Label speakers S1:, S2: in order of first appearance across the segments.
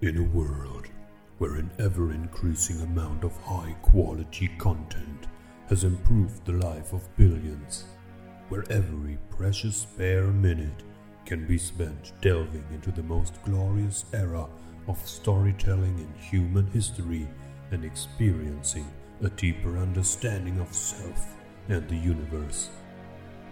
S1: In a world where an ever increasing amount of high quality content has improved the life of billions, where every precious spare minute can be spent delving into the most glorious era of storytelling in human history and experiencing a deeper understanding of self and the universe.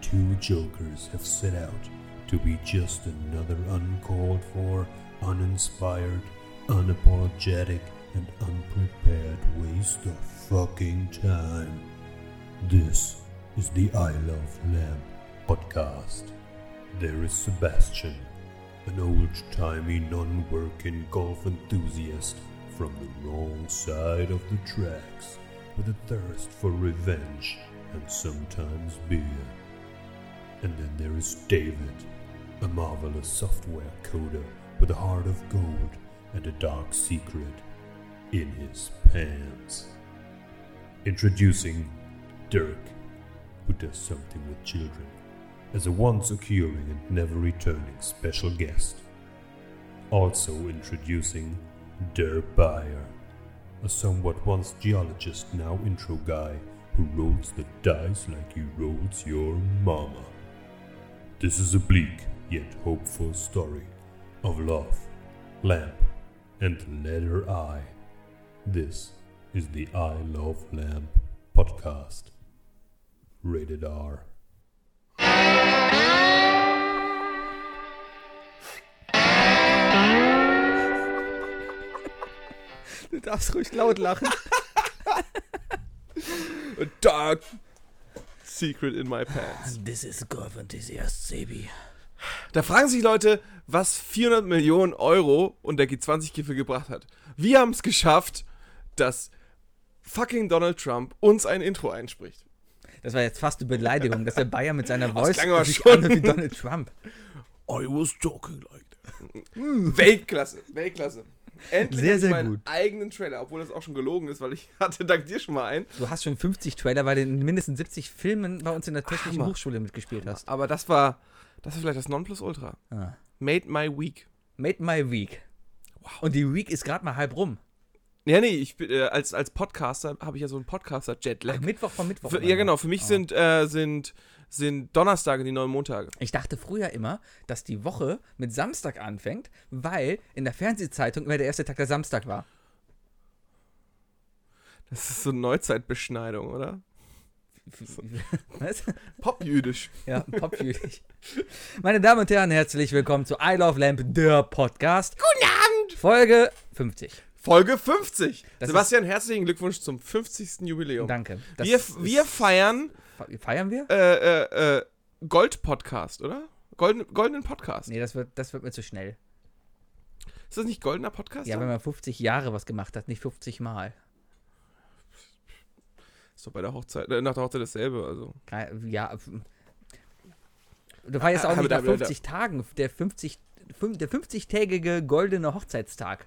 S1: Two jokers have set out to be just another uncalled for, uninspired, unapologetic, and unprepared waste of fucking time. This is the I Love Lamb podcast. There is Sebastian, an old timey non working golf enthusiast from the wrong side of the tracks with a thirst for revenge and sometimes beer. And then there is David, a marvelous software coder with a heart of gold and a dark secret in his pants. Introducing Dirk, who does something with children, as a once occurring and never returning special guest. Also introducing Der Bayer, a somewhat once geologist, now intro guy who rolls the dice like he rolls your mama. This is a bleak yet hopeful story of love, lamp, and the letter I. This is the I Love Lamp podcast. Rated R.
S2: Du darfst ruhig laut lachen.
S3: A dark secret in my pants.
S2: This is Golf Enthusiast Sebi.
S3: Da fragen sich Leute, was 400 Millionen Euro und der G20-Gipfel gebracht hat. Wir haben es geschafft, dass fucking Donald Trump uns ein Intro einspricht.
S2: Das war jetzt fast eine Beleidigung, dass der Bayer mit seiner Voice
S3: klang aber
S2: sich
S3: schon.
S2: anhört wie Donald Trump.
S3: I was talking like that. Weltklasse, Weltklasse. Endlich
S2: Sehr,
S3: hab ich
S2: sehr
S3: meinen
S2: gut.
S3: eigenen Trailer, obwohl das auch schon gelogen ist, weil ich hatte dank dir schon mal einen.
S2: Du hast schon 50 Trailer, weil du in mindestens 70 Filmen bei uns in der Technischen
S3: Hammer.
S2: Hochschule mitgespielt hast.
S3: Aber das war, das war vielleicht das Nonplusultra.
S2: Ah.
S3: Made my week.
S2: Made my week. Und die Week ist gerade mal halb rum.
S3: Ja, nee, ich bin, äh, als, als Podcaster habe ich ja so einen Podcaster-Jetlag.
S2: Ach, Mittwoch von Mittwoch.
S3: Für,
S2: immer
S3: ja, genau.
S2: noch.
S3: Für mich sind, äh, sind, sind Donnerstage die neuen Montage.
S2: Ich dachte früher immer, dass die Woche mit Samstag anfängt, weil in der Fernsehzeitung immer der erste Tag der Samstag war.
S3: Das ist so eine Neuzeitbeschneidung, oder?
S2: Was?
S3: Popjüdisch.
S2: Ja, popjüdisch. Meine Damen und Herren, herzlich willkommen zu I Love Lamp, der Podcast.
S3: Guten Abend!
S2: Folge 50.
S3: Folge 50.
S2: Das
S3: Sebastian, herzlichen Glückwunsch zum 50. Jubiläum.
S2: Danke. Das
S3: wir,
S2: ist-
S3: wir feiern
S2: fe- feiern wir?
S3: äh, äh, äh, Gold-Podcast, oder? Golden, goldenen Podcast.
S2: Nee, das wird, das wird mir zu schnell.
S3: Ist das nicht goldener Podcast?
S2: Ja, wenn man 50 Jahre was gemacht hat, nicht 50 Mal.
S3: ist doch bei der Hochzeit, äh, nach der Hochzeit dasselbe. Also.
S2: Ke- Ja. f- Du feierst auch
S3: Ah,
S2: nicht
S3: da-
S2: nach
S3: da- da-
S2: 50 Tagen, der 50 fün- der 50-tägige goldene Hochzeitstag.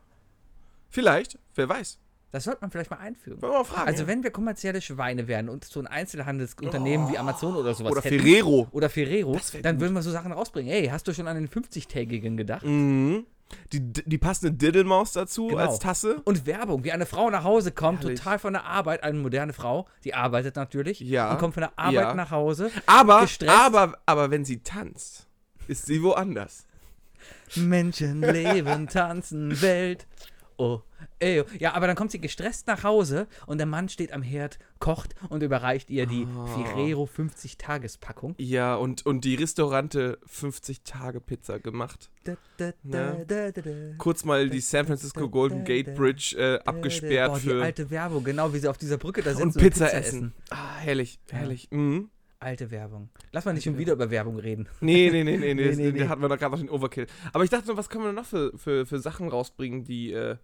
S3: Vielleicht, wer weiß.
S2: Das sollte man vielleicht mal einfügen.
S3: Wollen wir mal fragen.
S2: Also, wenn wir kommerzielle Schweine wären und so ein Einzelhandelsunternehmen wie Amazon oder sowas
S3: Oh. oder
S2: hätten,
S3: Ferrero.
S2: oder Ferrero,
S3: Das wär
S2: dann würden wir so Sachen rausbringen. Ey, hast du schon an den 50-Tägigen gedacht?
S3: Mhm. Die, die passende Diddlemaus dazu
S2: Genau.
S3: als Tasse.
S2: Und Werbung, wie eine Frau nach Hause kommt,
S3: Herrlich.
S2: total von der Arbeit, eine moderne Frau, die arbeitet natürlich
S3: Ja.
S2: und kommt von der Arbeit
S3: Ja. Ah.
S2: nach Hause.
S3: Aber,
S2: gestresst.
S3: aber, aber wenn sie tanzt, ist sie woanders.
S2: Menschen leben, tanzen, Welt. Oh, ey. Ja, aber dann kommt sie gestresst nach Hause und der Mann steht am Herd, kocht und überreicht ihr die
S3: Ah.
S2: Ferrero 50-Tages-Packung.
S3: Ja, und, und die Restaurante 50 Tage Pizza gemacht.
S2: Da, da, da,
S3: Ne?
S2: da, da, da.
S3: Kurz mal die San Francisco Golden Gate Bridge äh,
S2: Boah,
S3: abgesperrt
S2: die
S3: für.
S2: alte Werbung, genau wie sie auf dieser Brücke da sitzen
S3: Und Pizza essen. Ah, herrlich, herrlich. Mhm.
S2: Alte Werbung. Lass mal nicht schon wieder über Werbung reden.
S3: Nee, nee, nee, nee, nee,
S2: Nee,
S3: das-
S2: nee,
S3: Da
S2: nee.
S3: hatten wir doch gerade noch den Overkill. Aber ich dachte nur, was können wir noch für, für, für Sachen rausbringen, die, äh,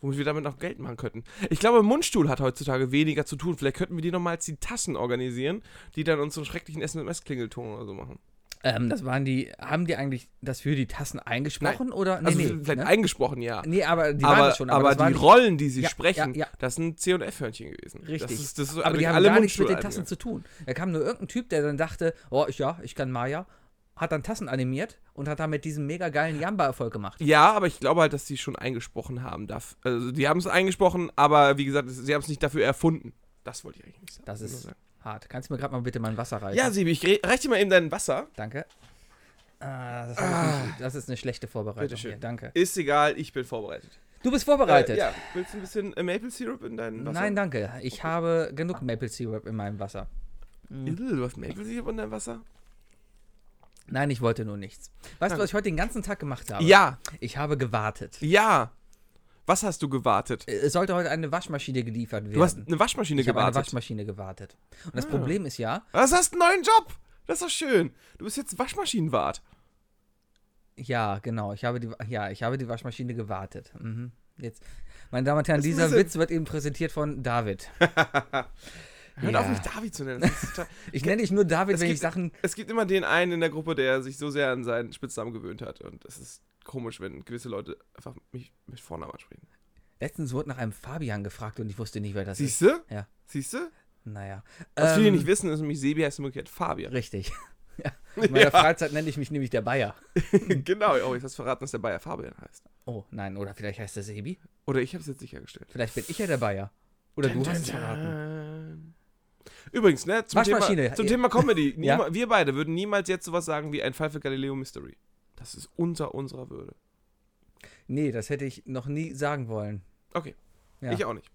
S3: womit wir damit noch Geld machen könnten. Ich glaube, Mundstuhl hat heutzutage weniger zu tun. Vielleicht könnten wir die nochmal als die Tassen organisieren, die dann uns so einen schrecklichen SMS-Klingelton oder so machen.
S2: Ähm, das waren die, haben die eigentlich das für die Tassen eingesprochen oder? Nee,
S3: also
S2: nee,
S3: vielleicht
S2: ne?
S3: eingesprochen, ja.
S2: nee, aber die waren
S3: aber
S2: das schon.
S3: aber
S2: das waren
S3: die Rollen, die sie
S2: Ja,
S3: sprechen,
S2: ja, ja.
S3: das sind C&F-Hörnchen gewesen. Das
S2: Richtig.
S3: ist, das ist
S2: aber die
S3: eigentlich
S2: haben
S3: alle
S2: gar nichts mit den
S3: Mundstuhlalben.
S2: Tassen zu tun. Da kam nur irgendein Typ, der dann dachte, oh, ich, ja, ich kann Maya. hat dann Tassen animiert und hat damit diesen mega geilen Jamba-Erfolg gemacht.
S3: Ja, aber ich glaube halt, dass die schon eingesprochen haben. darf- Also die haben es eingesprochen, aber wie gesagt, es- sie haben es nicht dafür erfunden. Das wollte ich eigentlich nicht sagen.
S2: Das
S3: Nur
S2: ist
S3: sagen.
S2: hart. Kannst du mir gerade mal bitte mein Wasser reichen?
S3: Ja, Sibi, ich re- reich dir mal eben dein Wasser.
S2: Danke. Ah, das, hab ich nicht, gut. das ist eine schlechte Vorbereitung.
S3: Bitteschön.
S2: Hier, danke.
S3: Ist egal, ich bin vorbereitet.
S2: Du bist vorbereitet.
S3: Äh, ja, willst du ein bisschen äh, Maple Syrup in dein Wasser?
S2: Nein, danke. Ich habe genug Maple Syrup in meinem Wasser.
S3: Ill, Du hast Hm. Maple Syrup in dein Wasser?
S2: Nein, ich wollte nur nichts. Weißt du, was ich heute den ganzen Tag gemacht habe?
S3: Ja,
S2: Ich habe gewartet.
S3: ja. Was hast du gewartet?
S2: Es sollte heute eine Waschmaschine geliefert werden.
S3: Du hast eine Waschmaschine
S2: ich habe eine
S3: gewartet. Ah.
S2: Waschmaschine gewartet. Und das Problem ist ja,
S3: Was hast einen neuen Job? Das ist doch schön. Du bist jetzt Waschmaschinenwart.
S2: ja, genau, ich habe die, ja, ich habe die Waschmaschine gewartet. Mhm. Jetzt, meine Damen und Herren,
S3: Das ist
S2: dieser
S3: ein bisschen-
S2: Witz wird eben präsentiert von David.
S3: Hört
S2: Ja.
S3: auf, mich David zu nennen. Das ist total,
S2: Ich nenne dich nur David,
S3: Es
S2: wenn ich
S3: gibt-
S2: Sachen
S3: es gibt immer den einen in der Gruppe, der sich so sehr an seinen Spitznamen gewöhnt hat. Und es ist komisch, wenn gewisse Leute einfach mich mit Vornamen ansprechen.
S2: Letztens wurde nach einem Fabian gefragt und ich wusste nicht, wer das ist.
S3: Siehst du?
S2: Ja.
S3: Siehst du?
S2: Naja.
S3: Was viele
S2: Ähm,
S3: nicht wissen, ist nämlich Sebi heißt in Wirklichkeit Fabian.
S2: Richtig. Ja. In meiner
S3: Ja.
S2: Freizeit nenne ich mich nämlich der Bayer.
S3: genau. Oh, jetzt hast du verraten, dass der Bayer Fabian heißt.
S2: Oh, nein, oder vielleicht heißt er Sebi.
S3: Oder ich habe es jetzt sichergestellt.
S2: Vielleicht bin ich ja der Bayer. Oder du hast es verraten.
S3: verraten. Übrigens, ne, zum, Thema,
S2: Waschmaschine.
S3: zum
S2: Ja.
S3: Thema Comedy.
S2: Ja.
S3: Niema- Wir beide würden niemals jetzt sowas sagen wie ein Fall für Galileo Mystery. Das ist unter unserer Würde.
S2: Nee, das hätte ich noch nie sagen wollen.
S3: Okay.
S2: Ja.
S3: Ich auch nicht.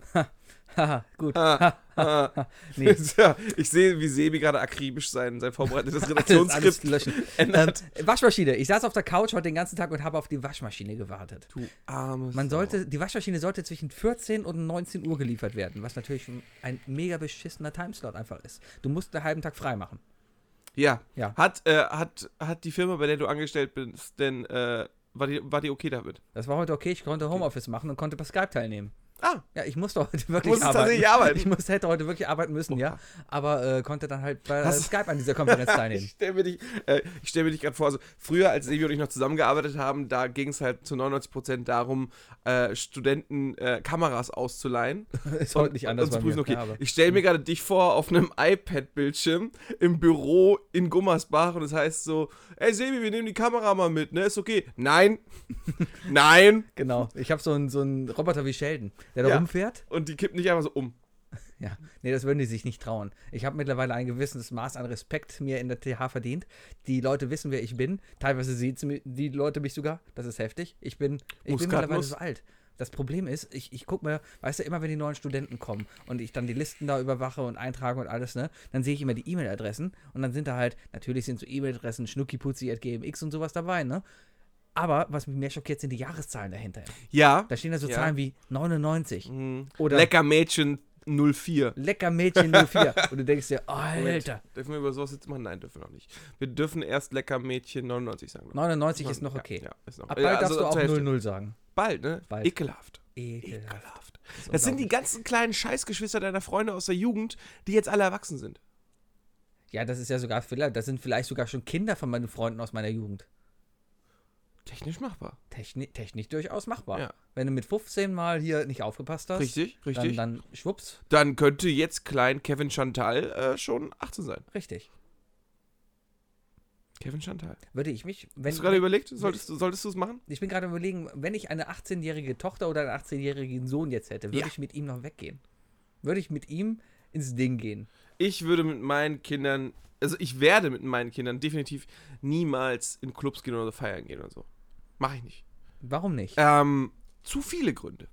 S2: Haha, gut.
S3: Ah, ah.
S2: Nee.
S3: Tja, ich sehe, wie Sebi gerade akribisch sein, sein vorbereitetes
S2: Alles, alles
S3: Redaktionsskript
S2: löschen. Ähm,
S3: ändert.
S2: Waschmaschine. Ich saß auf der Couch heute den ganzen Tag und habe auf die Waschmaschine gewartet.
S3: du armes.
S2: Man sollte, die Waschmaschine sollte zwischen 14 und 19 Uhr geliefert werden, was natürlich ein mega beschissener Timeslot einfach ist. Du musst einen halben Tag frei machen.
S3: Ja.
S2: Ja.
S3: Hat, äh, hat, hat die Firma, bei der du angestellt bist, denn äh, war, die, war die okay damit?
S2: Das war heute okay, ich konnte Homeoffice machen und konnte bei Skype teilnehmen.
S3: Ah,
S2: Ja, ich musste heute wirklich
S3: musstest
S2: arbeiten.
S3: tatsächlich arbeiten.
S2: Ich musste, hätte heute wirklich arbeiten müssen, ja. Aber äh, konnte dann halt bei
S3: Hast-
S2: Skype an dieser Konferenz teilnehmen.
S3: Ich stelle mir dich, äh, ich stell mir dich gerade vor, also früher, als Sebi und ich noch zusammengearbeitet haben, da ging es halt zu 99% darum, äh, Studenten äh, Kameras auszuleihen.
S2: Ist
S3: Und- und zu prüfen, okay. Ich stelle mir gerade dich vor auf einem iPad-Bildschirm im Büro in Gummersbach und es heißt so, ey Sebi, wir nehmen die Kamera mal mit, ne? Ist okay. Nein. Nein.
S2: Genau. Ich habe so einen so einen Roboter wie Sheldon, der da
S3: Ja.
S2: rumfährt.
S3: Und die kippt nicht einfach so um.
S2: Ja. Nee, das würden die sich nicht trauen. Ich habe mittlerweile ein gewisses Maß an Respekt mir in der TH verdient. Die Leute wissen, wer ich bin. Teilweise sehen sie mi- die Leute mich sogar. Das ist heftig. Ich bin, ich bin
S3: Muskatnuss.
S2: mittlerweile so alt. Das Problem ist, ich, ich gucke mir, weißt du, immer wenn die neuen Studenten kommen und ich dann die Listen da überwache und eintrage und alles, ne, dann sehe ich immer die E-Mail-Adressen und dann sind da halt, natürlich sind so E-Mail-Adressen schnuckiputzi.gmx und sowas dabei, ne? Aber was mich mehr schockiert, sind die Jahreszahlen dahinter.
S3: Ja.
S2: Da stehen da so
S3: Ja.
S2: Zahlen wie 99
S3: Mhm.
S2: oder
S3: Lecker Mädchen 04.
S2: Lecker Mädchen 04. und du denkst dir, Alter,
S3: Moment, Dürfen wir über sowas jetzt machen? Nein, dürfen wir noch nicht. Wir dürfen erst lecker Mädchen 99 sagen.
S2: 99 ist noch okay.
S3: Ja, ja, ist noch
S2: Ab
S3: okay.
S2: bald
S3: Ja,
S2: darfst
S3: also zur
S2: du auch
S3: Hälfte.
S2: 00 sagen.
S3: Bald, ne?
S2: Bald.
S3: Ekelhaft.
S2: Ekelhaft.
S3: Ekelhaft. Das sind die
S2: unglaublich.
S3: ganzen kleinen Scheißgeschwister deiner Freunde aus der Jugend, die jetzt alle erwachsen sind.
S2: Ja, das ist ja sogar, vielleicht- das sind vielleicht sogar schon Kinder von meinen Freunden aus meiner Jugend.
S3: Technisch machbar.
S2: Techni technisch durchaus machbar.
S3: Ja.
S2: Wenn du mit 15 mal hier nicht aufgepasst hast,
S3: Richtig, richtig.
S2: dann,
S3: Dann,
S2: dann schwupps,
S3: könnte jetzt klein Kevin Chantal äh, schon 18 sein.
S2: richtig.
S3: Kevin Chantal.
S2: Würde ich mich,
S3: Hast du gerade
S2: wenn
S3: überlegt? Solltest du solltest du es machen?
S2: ich bin gerade am überlegen, wenn ich eine 18-jährige Tochter oder einen 18-jährigen Sohn jetzt hätte, würde
S3: Ja.
S2: ich mit ihm noch weggehen. Würde ich mit ihm ins Ding gehen.
S3: Ich würde mit meinen Kindern, also ich werde mit meinen Kindern definitiv niemals in Clubs gehen oder feiern gehen oder so. Mache ich nicht.
S2: Warum nicht?
S3: Ähm, zu viele Gründe.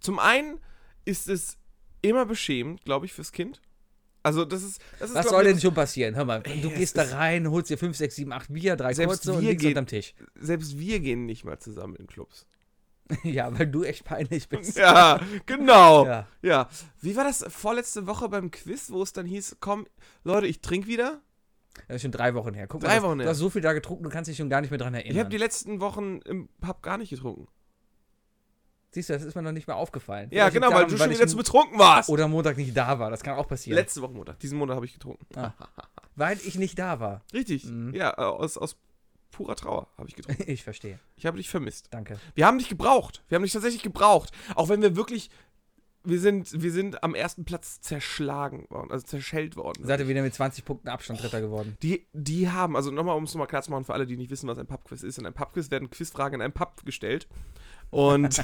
S3: Zum einen ist es immer beschämend, glaube ich, fürs Kind. Also, das ist. Das ist
S2: Was
S3: glaub
S2: soll
S3: ich,
S2: denn schon passieren? Hör mal, du
S3: es
S2: gehst da rein, holst dir 5, 6, 7, 8 Bier, drei
S3: Selbst
S2: kurze und
S3: wir
S2: liegst
S3: gehen-
S2: unterm Tisch.
S3: Selbst wir gehen nicht mal zusammen in Clubs.
S2: ja, weil du echt peinlich bist.
S3: Ja, genau. Ja.
S2: Ja.
S3: Wie war das vorletzte Woche beim Quiz, wo es dann hieß: Komm, Leute, ich trinke wieder?
S2: Das ist schon drei Wochen her. Guck
S3: Drei
S2: das-
S3: Wochen her.
S2: Du hast so viel da getrunken, du kannst dich schon gar nicht mehr dran
S3: Ich habe
S2: erinnern.
S3: die letzten Wochen im Pub gar nicht getrunken.
S2: Siehst du, das ist mir noch nicht mehr aufgefallen.
S3: Ja,
S2: Vielleicht
S3: genau,
S2: liegt's
S3: weil
S2: daran,
S3: du schon
S2: ich
S3: wieder zu
S2: m-
S3: betrunken warst.
S2: Oder Montag nicht da war. Das kann auch passieren.
S3: Letzte Woche Montag. Diesen Monat habe ich getrunken.
S2: Ah. weil ich nicht da war.
S3: Richtig.
S2: Mhm.
S3: Ja, äh, aus, aus purer Trauer habe ich getrunken.
S2: Ich verstehe.
S3: Ich habe dich vermisst.
S2: Danke.
S3: Wir haben dich gebraucht. Wir haben dich tatsächlich gebraucht. Auch wenn wir wirklich wir sind, wir sind am ersten Platz zerschlagen worden, also zerschellt worden.
S2: Seid ihr wieder mit 20 Punkten Abstand Dritter geworden?
S3: Die, die haben, also nochmal, um es nochmal klar zu machen für alle, die nicht wissen, was ein Pubquiz ist. In einem Pubquiz werden Quizfragen in einem Pub gestellt. Und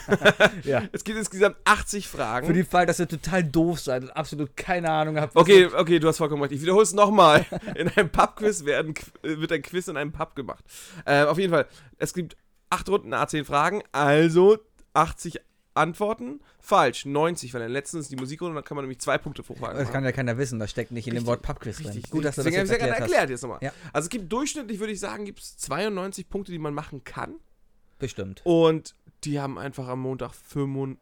S2: Ja.
S3: es gibt insgesamt 80 Fragen.
S2: Für den Fall, dass ihr total doof seid und absolut keine Ahnung habt. was
S3: okay, okay, du hast vollkommen recht. Ich wiederhole es nochmal. In einem Pubquiz werden, äh, wird ein Quiz in einem Pub gemacht. Äh, auf jeden Fall, es gibt 8 Runden, A10 Fragen, also 80 Antworten. Falsch, 90, weil dann letztens die Musikrunde, dann kann man nämlich zwei Punkte pro Frage
S2: Das
S3: machen.
S2: kann ja keiner wissen, das steckt nicht in dem Wort Pubquiz drin. Gut, dass du das
S3: Deswegen
S2: jetzt
S3: habe
S2: erklärt
S3: ich ja gerade
S2: hast.
S3: erklärt jetzt nochmal.
S2: Ja.
S3: Also es gibt durchschnittlich, würde ich sagen, gibt es 92 Punkte, die man machen kann.
S2: Bestimmt.
S3: Und die haben einfach am Montag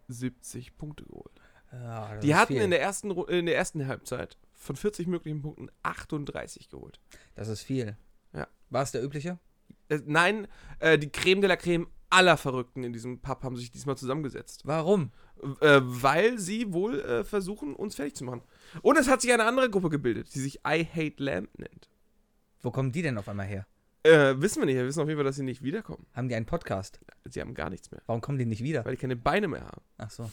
S3: 75 Punkte geholt.
S2: Ja, das
S3: Die
S2: ist
S3: hatten
S2: viel.
S3: in der, ersten, Ru- in der ersten Halbzeit von 40 möglichen Punkten 38 geholt.
S2: Das ist viel.
S3: Ja.
S2: War es der übliche?
S3: Äh, nein, äh, die Creme de la Creme aller Verrückten in diesem Pub haben sich diesmal zusammengesetzt.
S2: Warum?
S3: Äh, weil sie wohl äh, versuchen, uns fertig zu machen. Und es hat sich eine andere Gruppe gebildet, die sich I Hate Lamb nennt.
S2: Wo kommen die denn auf einmal her?
S3: Äh, wissen wir nicht, wir wissen auf jeden Fall, dass sie nicht wiederkommen.
S2: Haben die einen Podcast?
S3: Sie haben gar nichts mehr,
S2: Warum kommen die nicht wieder?
S3: weil die keine Beine mehr haben.
S2: Ach so.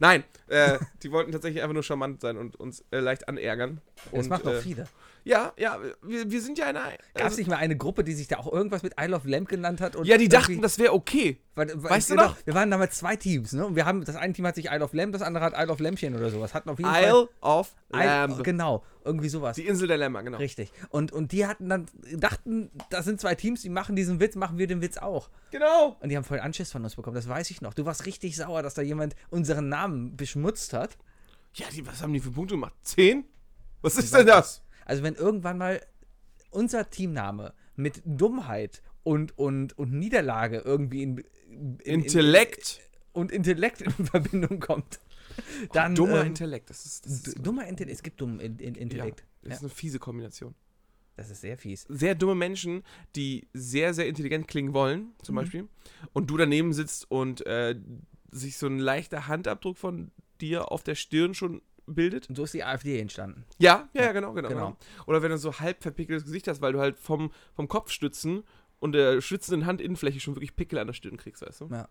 S3: Nein, äh, die wollten tatsächlich einfach nur charmant sein und uns äh, leicht anärgern.
S2: Das
S3: und,
S2: machen doch
S3: äh,
S2: viele.
S3: Ja, ja, wir, wir sind ja eine.
S2: Gab es
S3: also-
S2: nicht mal eine Gruppe, die sich da auch irgendwas mit I Love Lamp genannt hat? Und
S3: ja, die dachten,
S2: irgendwie-
S3: das wäre okay.
S2: Weil, weil,
S3: Weißt du
S2: genau,
S3: noch?
S2: Wir waren damals zwei Teams, ne? Und wir haben, das eine Team hat sich Isle of Lamb, das andere hat Isle of Lämpchen oder sowas. Hatten auf jeden Fall.
S3: Isle of
S2: Isle-
S3: Lamb.
S2: Genau, irgendwie sowas.
S3: Die Insel der Lämmer, genau.
S2: Richtig. Und, und die hatten dann, dachten, das sind zwei Teams, die machen diesen Witz, machen wir den Witz auch.
S3: Genau.
S2: Und die haben voll Anschiss von uns bekommen, das weiß ich noch. Du warst richtig sauer, dass da jemand unseren Namen beschmutzt hat.
S3: Ja, die, was haben die für Punkte gemacht? Zehn? Was ist denn das?
S2: Also wenn irgendwann mal unser Teamname mit Dummheit und, und, und Niederlage irgendwie in, in, in-
S3: Intellekt.
S2: und Intellekt in Verbindung kommt, dann
S3: Dummer
S2: ähm,
S3: Intellekt. Das ist, das
S2: D-
S3: ist,
S2: Dummer Intellekt, es gibt dummen in, in Intellekt.
S3: das ist eine fiese Kombination.
S2: Das ist sehr fies.
S3: Sehr dumme Menschen, die sehr, sehr intelligent klingen wollen, zum
S2: Mhm.
S3: Beispiel. Und du daneben sitzt und äh, sich so ein leichter Handabdruck von dir auf der Stirn schon bildet.
S2: Und so ist die AfD entstanden.
S3: Ja, ja, ja genau, genau,
S2: genau.
S3: genau. Oder wenn du so halb verpickeltes Gesicht hast, weil du halt vom, vom Kopfstützen und der schwitzenden Handinnenfläche schon wirklich Pickel an der Stirn kriegst, weißt du?
S2: Ja.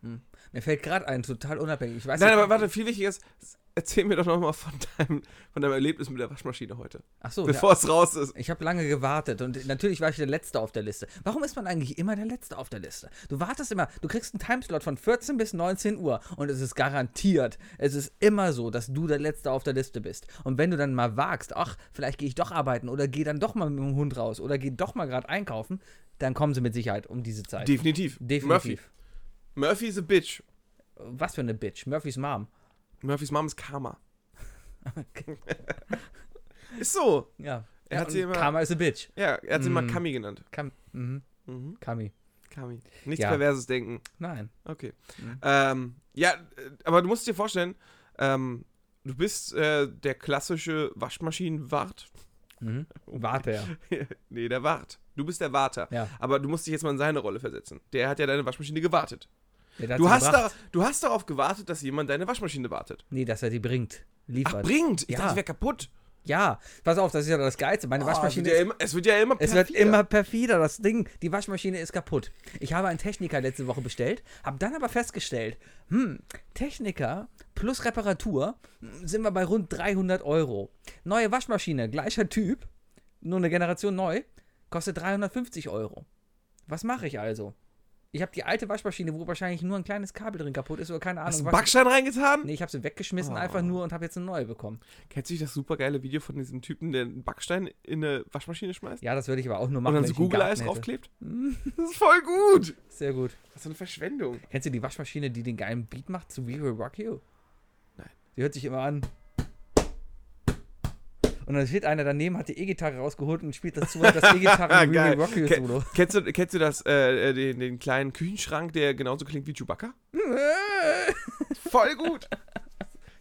S3: Hm.
S2: Mir fällt gerade ein, total unabhängig. Also Ich weiß
S3: Nein,
S2: nicht-
S3: aber warte, viel wichtiger ist, erzähl mir doch nochmal von deinem, von deinem Erlebnis mit der Waschmaschine heute.
S2: Ach so, Oh, ja.
S3: bevor es raus ist.
S2: ich habe lange gewartet und natürlich war ich der Letzte auf der Liste. Warum ist man eigentlich immer der Letzte auf der Liste? Du wartest immer, du kriegst einen Timeslot von 14 bis 19 Uhr und es ist garantiert, es ist immer so, dass du der Letzte auf der Liste bist. Und wenn du dann mal wagst, ach, vielleicht gehe ich doch arbeiten oder gehe dann doch mal mit dem Hund raus oder gehe doch mal gerade einkaufen, dann kommen sie mit Sicherheit um diese Zeit.
S3: Definitiv.
S2: Definitiv.
S3: Murphy. Murphy is a bitch.
S2: Was für eine Bitch. Murphys Mom.
S3: Murphys Mom ist Karma. ist so.
S2: Ja.
S3: Er
S2: ja,
S3: hat
S2: und
S3: sie immer-
S2: Karma is a bitch.
S3: Ja, er hat sie mal
S2: Mm.
S3: Kami genannt.
S2: Kam mhm.
S3: Mhm.
S2: Kami.
S3: Kami. Nichts
S2: Ja.
S3: Perverses denken.
S2: Nein.
S3: Okay.
S2: Mhm.
S3: Ähm, ja, äh, aber du musst dir vorstellen, ähm, du bist äh, der klassische Waschmaschinenwart.
S2: Mhm. Warte, ja.
S3: nee, der Wart. Du bist der Warter.
S2: Ja.
S3: Aber du musst dich jetzt mal in seine Rolle versetzen. Der hat ja deine Waschmaschine gewartet.
S2: Ja, der hat
S3: Du
S2: sie
S3: hast, da,
S2: gebracht.
S3: du hast darauf gewartet, dass jemand deine Waschmaschine wartet.
S2: Nee, dass er die bringt. Liefert.
S3: Ach, bringt! Ich
S2: Ja.
S3: dachte, ich wäre kaputt. Ah,
S2: Ja. Pass auf, das ist ja das Geilste. Meine Waschmaschine
S3: es, wird ja
S2: ist.
S3: immer, es wird ja immer
S2: Es wird
S3: Oh, perfider.
S2: immer perfider, das Ding. Die Waschmaschine ist kaputt. Ich habe einen Techniker letzte Woche bestellt, habe dann aber festgestellt, hm, Techniker plus Reparatur hm, sind wir bei rund 300 Euro. Neue Waschmaschine, gleicher Typ, nur eine Generation neu, kostet 350 Euro. Was mache ich also? Ich habe die alte Waschmaschine, wo wahrscheinlich nur ein kleines Kabel drin kaputt ist oder keine
S3: Hast
S2: Ahnung.
S3: du einen
S2: was-
S3: Backstein reingetan?
S2: Nee, ich habe sie weggeschmissen
S3: Oh.
S2: einfach nur und habe jetzt eine neue bekommen.
S3: Kennst du nicht das super geile Video von diesem Typen, der einen Backstein in eine Waschmaschine schmeißt?
S2: Ja, das würde ich aber auch nur machen.
S3: und dann
S2: wenn
S3: so
S2: ich einen
S3: Google Eyes
S2: Garten hätte.
S3: draufklebt? Das ist voll gut!
S2: Sehr gut.
S3: Was für eine Verschwendung.
S2: Kennst du die Waschmaschine, die den geilen Beat macht zu We Will Rock You?
S3: Nein.
S2: Die hört sich immer an. Und dann steht einer daneben, hat die E-Gitarre rausgeholt und spielt dazu das E-Gitarre We
S3: Geil.
S2: Will Rock You
S3: Ke-
S2: Solo.
S3: Kennst du, kennst du das, äh, äh, den, den kleinen Küchenschrank, der genauso klingt wie Chewbacca? Voll gut!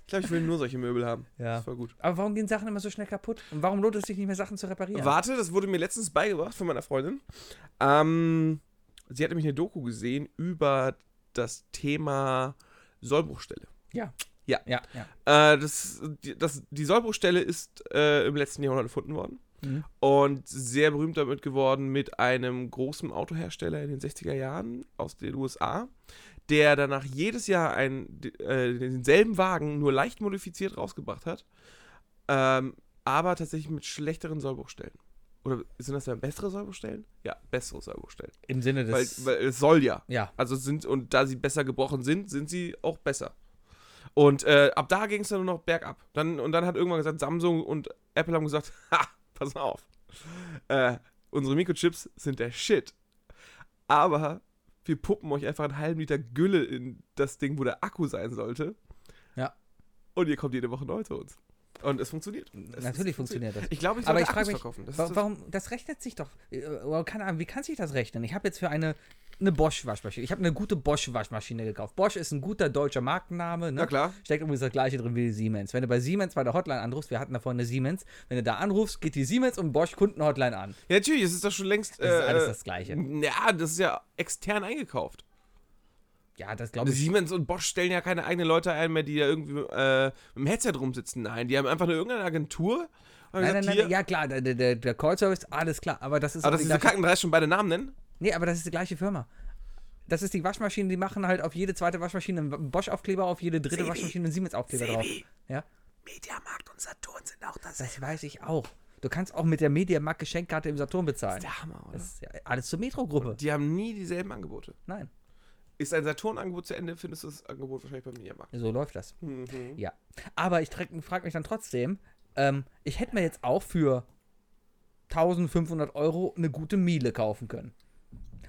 S3: Ich glaube, ich will nur solche Möbel haben. Das
S2: ja.
S3: ist voll gut.
S2: Aber warum gehen Sachen immer so schnell kaputt? Und warum lohnt es sich nicht mehr, Sachen zu reparieren?
S3: Warte, das wurde mir letztens beigebracht von meiner Freundin. Ähm, sie hat nämlich eine Doku gesehen über das Thema Sollbruchstelle.
S2: ja, ja.
S3: Äh, das, die, das, die Sollbruchstelle ist äh, im letzten Jahrhundert erfunden worden.
S2: Mhm.
S3: und sehr berühmt damit geworden mit einem großen Autohersteller in den 60er Jahren aus den USA, der danach jedes Jahr einen, äh, denselben Wagen nur leicht modifiziert rausgebracht hat, ähm, aber tatsächlich mit schlechteren Sollbruchstellen. Oder sind das dann bessere Sollbruchstellen? Ja, bessere Sollbruchstellen.
S2: Im Sinne
S3: Weil,
S2: des.
S3: weil es soll ja.
S2: ja.
S3: Also sind, und da sie besser gebrochen sind, sind sie auch besser. Und äh, ab da ging es dann nur noch bergab. Dann, und dann hat irgendwann gesagt, Samsung und Apple haben gesagt, ha, pass mal auf. Äh, unsere Mikrochips sind der Shit. Aber wir puppen euch einfach einen halben Liter Gülle in das Ding, wo der Akku sein sollte.
S2: Ja.
S3: Und ihr kommt jede Woche neu zu uns. Und es funktioniert. Es
S2: Natürlich
S3: es
S2: funktioniert das.
S3: Ich glaube, ich
S2: Aber
S3: sollte
S2: ich frage
S3: Akkus
S2: mich,
S3: verkaufen. Das
S2: Wa-
S3: ist das-
S2: Warum, das rechnet sich doch. äh, äh, Keine Ahnung, wie kann sich das rechnen? Ich habe jetzt für eine, eine Bosch-Waschmaschine. Ich habe eine gute Bosch-Waschmaschine gekauft. Bosch ist ein guter deutscher Markenname. Ne?
S3: Na klar.
S2: Steckt übrigens das gleiche drin wie Siemens. Wenn du bei Siemens bei der Hotline anrufst, wir hatten da vorne eine Siemens, wenn du da anrufst, geht die Siemens und Bosch Kundenhotline an.
S3: Ja, natürlich, es ist doch schon längst.
S2: Das ist alles
S3: äh,
S2: das Gleiche.
S3: Ja, das ist ja extern eingekauft.
S2: Ja, das glaube ich.
S3: Also Siemens und Bosch stellen ja keine eigenen Leute ein mehr, die da irgendwie äh, mit dem Headset rumsitzen. Nein, die haben einfach nur irgendeine Agentur. und haben
S2: Nein, nein,
S3: gesagt,
S2: nein,
S3: hier-
S2: ja klar, der, der- der, der Call-Service, alles klar, aber das ist
S3: Aber
S2: auch
S3: dass
S2: die
S3: diese
S2: gleiche-
S3: kacken drei schon beide Namen nennen?
S2: Nee, aber das ist die gleiche Firma. Das ist die Waschmaschine, die machen halt auf jede zweite Waschmaschine einen Bosch-Aufkleber auf, jede dritte Waschmaschine einen Siemens-Aufkleber drauf. Ja?
S3: Mediamarkt und Saturn sind auch das.
S2: Das weiß ich auch. Du kannst auch mit der Mediamarkt Geschenkkarte im Saturn bezahlen.
S3: Der Hammer, oder?
S2: Das ist ja alles zur Metro-Gruppe.
S3: Die haben nie dieselben Angebote.
S2: Nein,
S3: Ist ein Saturn-Angebot zu Ende, findest du das Angebot wahrscheinlich beim Mediamarkt.
S2: so läuft das.
S3: Mhm.
S2: Ja. Aber ich frage mich dann trotzdem, ähm, ich hätte mir jetzt auch für 1500 Euro eine gute Miele kaufen können.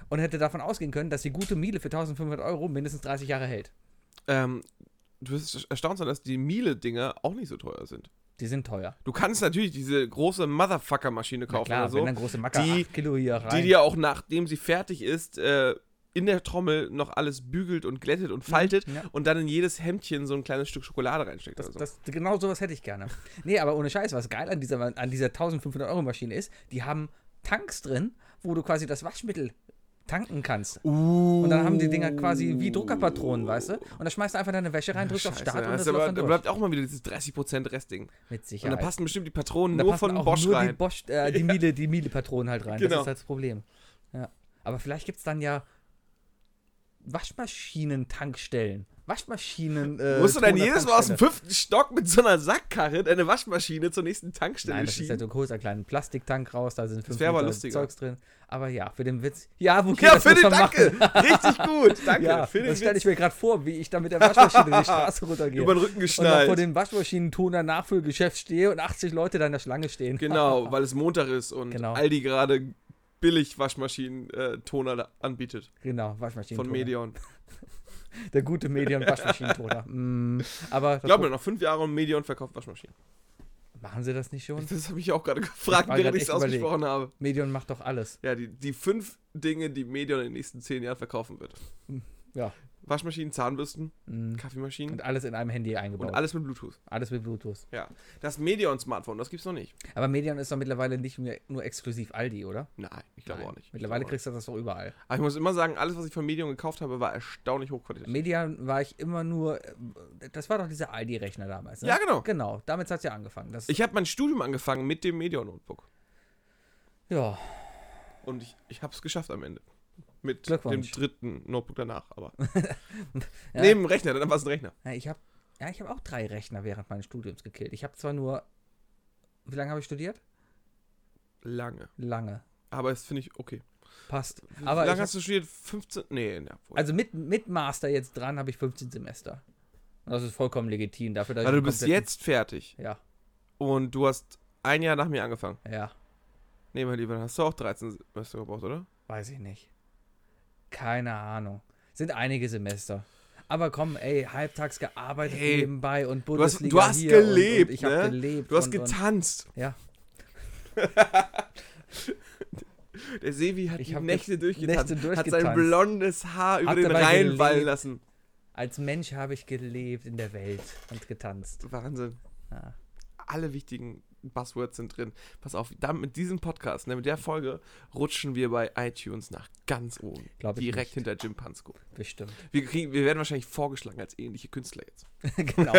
S2: Und hätte davon ausgehen können, dass die gute Miele für 1500 Euro mindestens 30 Jahre hält.
S3: Ähm, du wirst erstaunt sein, dass die Miele-Dinger auch nicht so teuer sind.
S2: Die sind teuer.
S3: Du kannst natürlich diese große Motherfucker-Maschine kaufen
S2: Klar,
S3: oder so.
S2: wenn dann große Macker
S3: also die-
S2: 8 Kilo hier rein.
S3: die dir auch nachdem sie fertig ist, äh, in der Trommel noch alles bügelt und glättet und faltet
S2: Mhm, ja.
S3: und dann in jedes Hemdchen so ein kleines Stück Schokolade reinsteckt.
S2: Das,
S3: oder so.
S2: das, genau sowas hätte ich gerne. Nee, aber ohne Scheiß, was geil an dieser, an dieser 1500-Euro-Maschine ist, die haben Tanks drin, wo du quasi das Waschmittel tanken kannst. Und dann haben die Dinger quasi wie Druckerpatronen, weißt du? Und da schmeißt du einfach deine Wäsche rein, drückst auf
S3: Scheiße,
S2: Start und
S3: das
S2: das
S3: ist aber,
S2: läuft dann
S3: da
S2: durch.
S3: bleibt auch mal wieder dieses 30% Restding.
S2: Mit
S3: Und da
S2: Sicherheit.
S3: passen bestimmt die Patronen
S2: da
S3: nur
S2: passen
S3: von
S2: auch
S3: Bosch
S2: nur die
S3: rein.
S2: Bosch, äh, die Miele, die Miele-Patronen halt rein. Das
S3: Genau.
S2: ist halt das Problem. Ja. Aber vielleicht gibt es dann ja Waschmaschinen-Tankstellen. Waschmaschinen. Äh,
S3: Musst du dann jedes Mal aus
S2: Toner-Tankstelle.
S3: dem fünften Stock mit so einer Sackkarre deine Waschmaschine zur nächsten Tankstelle
S2: Nein, das ist ja
S3: schieben?
S2: so groß, einen kleinen Plastiktank raus, da sind fünf
S3: wär aber
S2: Liter
S3: lustiger.
S2: Zeugs drin. Aber ja, für den Witz. Ja, wo geht
S3: Ja,
S2: das
S3: für
S2: muss
S3: den
S2: man
S3: Danke!
S2: machen?
S3: Richtig gut! Danke!
S2: Ja,
S3: für den
S2: das stelle
S3: Witz.
S2: ich mir gerade vor, wie ich da mit der Waschmaschine die Straße runtergehe.
S3: Über den Rücken
S2: und dann vor
S3: geschnallt.
S2: dem Waschmaschinentoner Nachfüllgeschäft stehe und 80 Leute da in der Schlange stehen.
S3: Genau, weil es Montag ist und
S2: Genau.
S3: Aldi gerade billig Waschmaschinen-Toner anbietet.
S2: Genau, Waschmaschinentoner.
S3: Von Medion.
S2: Der gute Medion Waschmaschinentoner. mm, aber das
S3: Ich glaube, noch fünf Jahre und Medion verkauft Waschmaschinen.
S2: machen sie das nicht schon?
S3: Das habe ich auch gerade gefragt,
S2: war
S3: während
S2: grad
S3: ich es
S2: echt überlegt.
S3: ausgesprochen habe.
S2: Medion macht doch alles.
S3: Ja, die, die fünf Dinge, die Medion in den nächsten zehn Jahren verkaufen wird.
S2: Hm, Ja.
S3: Waschmaschinen, Zahnbürsten,
S2: Mm.
S3: Kaffeemaschinen
S2: Und
S3: und,
S2: alles in einem Handy eingebaut.
S3: alles mit Bluetooth.
S2: alles mit Bluetooth.
S3: Ja. Das Medion-Smartphone, das gibt's noch nicht.
S2: Aber Medion ist doch mittlerweile nicht mehr nur exklusiv Aldi, oder?
S3: Nein, ich glaube
S2: Nein.
S3: auch nicht.
S2: Mittlerweile
S3: Ich glaube
S2: kriegst du das doch überall.
S3: auch nicht. Aber ich muss immer sagen, alles, was ich von Medion gekauft habe, war erstaunlich hochqualitativ.
S2: Median war ich immer nur. äh, Das war doch dieser Aldi-Rechner damals. Ne?
S3: Ja, genau.
S2: Genau, damit hat es ja angefangen. Das,
S3: Ich habe mein Studium angefangen mit dem Medion-Notebook.
S2: ja,
S3: Und ich, ich habe es geschafft am Ende. Mit dem
S2: Glückwunsch.
S3: dritten Notebook danach, aber.
S2: Ja.
S3: Neben dem Rechner, dann war es ein Rechner.
S2: ja, ich habe ja, ich hab auch drei Rechner während meines Studiums gekillt. Ich habe zwar nur. Wie lange habe ich studiert?
S3: Lange.
S2: Lange.
S3: Aber das finde ich okay.
S2: Passt.
S3: Wie
S2: Aber ich
S3: lange
S2: hab,
S3: hast du studiert? 15? Nee, ne, obwohl.
S2: also mit, mit Master jetzt dran habe ich 15 Semester. Und das ist vollkommen legitim dafür, dass
S3: also
S2: ich
S3: du bist
S2: kompletten-
S3: jetzt fertig
S2: Ja,
S3: und du hast ein Jahr nach mir angefangen.
S2: ja.
S3: Nee, mein Lieber, dann hast du auch 13 Semester gebraucht, oder?
S2: Weiß ich nicht. Keine Ahnung. Sind einige Semester. Aber komm, ey, halbtags gearbeitet
S3: Hey,
S2: nebenbei und
S3: Du hast,
S2: Bundesliga
S3: du hast
S2: hier
S3: gelebt,
S2: und, und ich
S3: ne?
S2: hab gelebt.
S3: Du hast
S2: und, und-
S3: getanzt.
S2: Ja.
S3: Der Sevi hat
S2: Ich
S3: die
S2: hab
S3: Nächte durchgetanzt,
S2: Nächte
S3: hat sein
S2: durchgetanzt.
S3: blondes Haar über
S2: Hab
S3: den
S2: dabei
S3: Rhein wallen
S2: gelebt.
S3: lassen.
S2: Als Mensch habe ich gelebt in der Welt und getanzt.
S3: Wahnsinn.
S2: Ja.
S3: Alle wichtigen Buzzwords sind drin. Pass auf, dann mit diesem Podcast, ne, mit der Folge, rutschen wir bei iTunes nach ganz oben.
S2: Glaub ich
S3: direkt
S2: nicht.
S3: hinter Jim Pansko.
S2: Bestimmt.
S3: Wir, kriegen, wir werden wahrscheinlich vorgeschlagen als ähnliche Künstler jetzt.
S2: genau.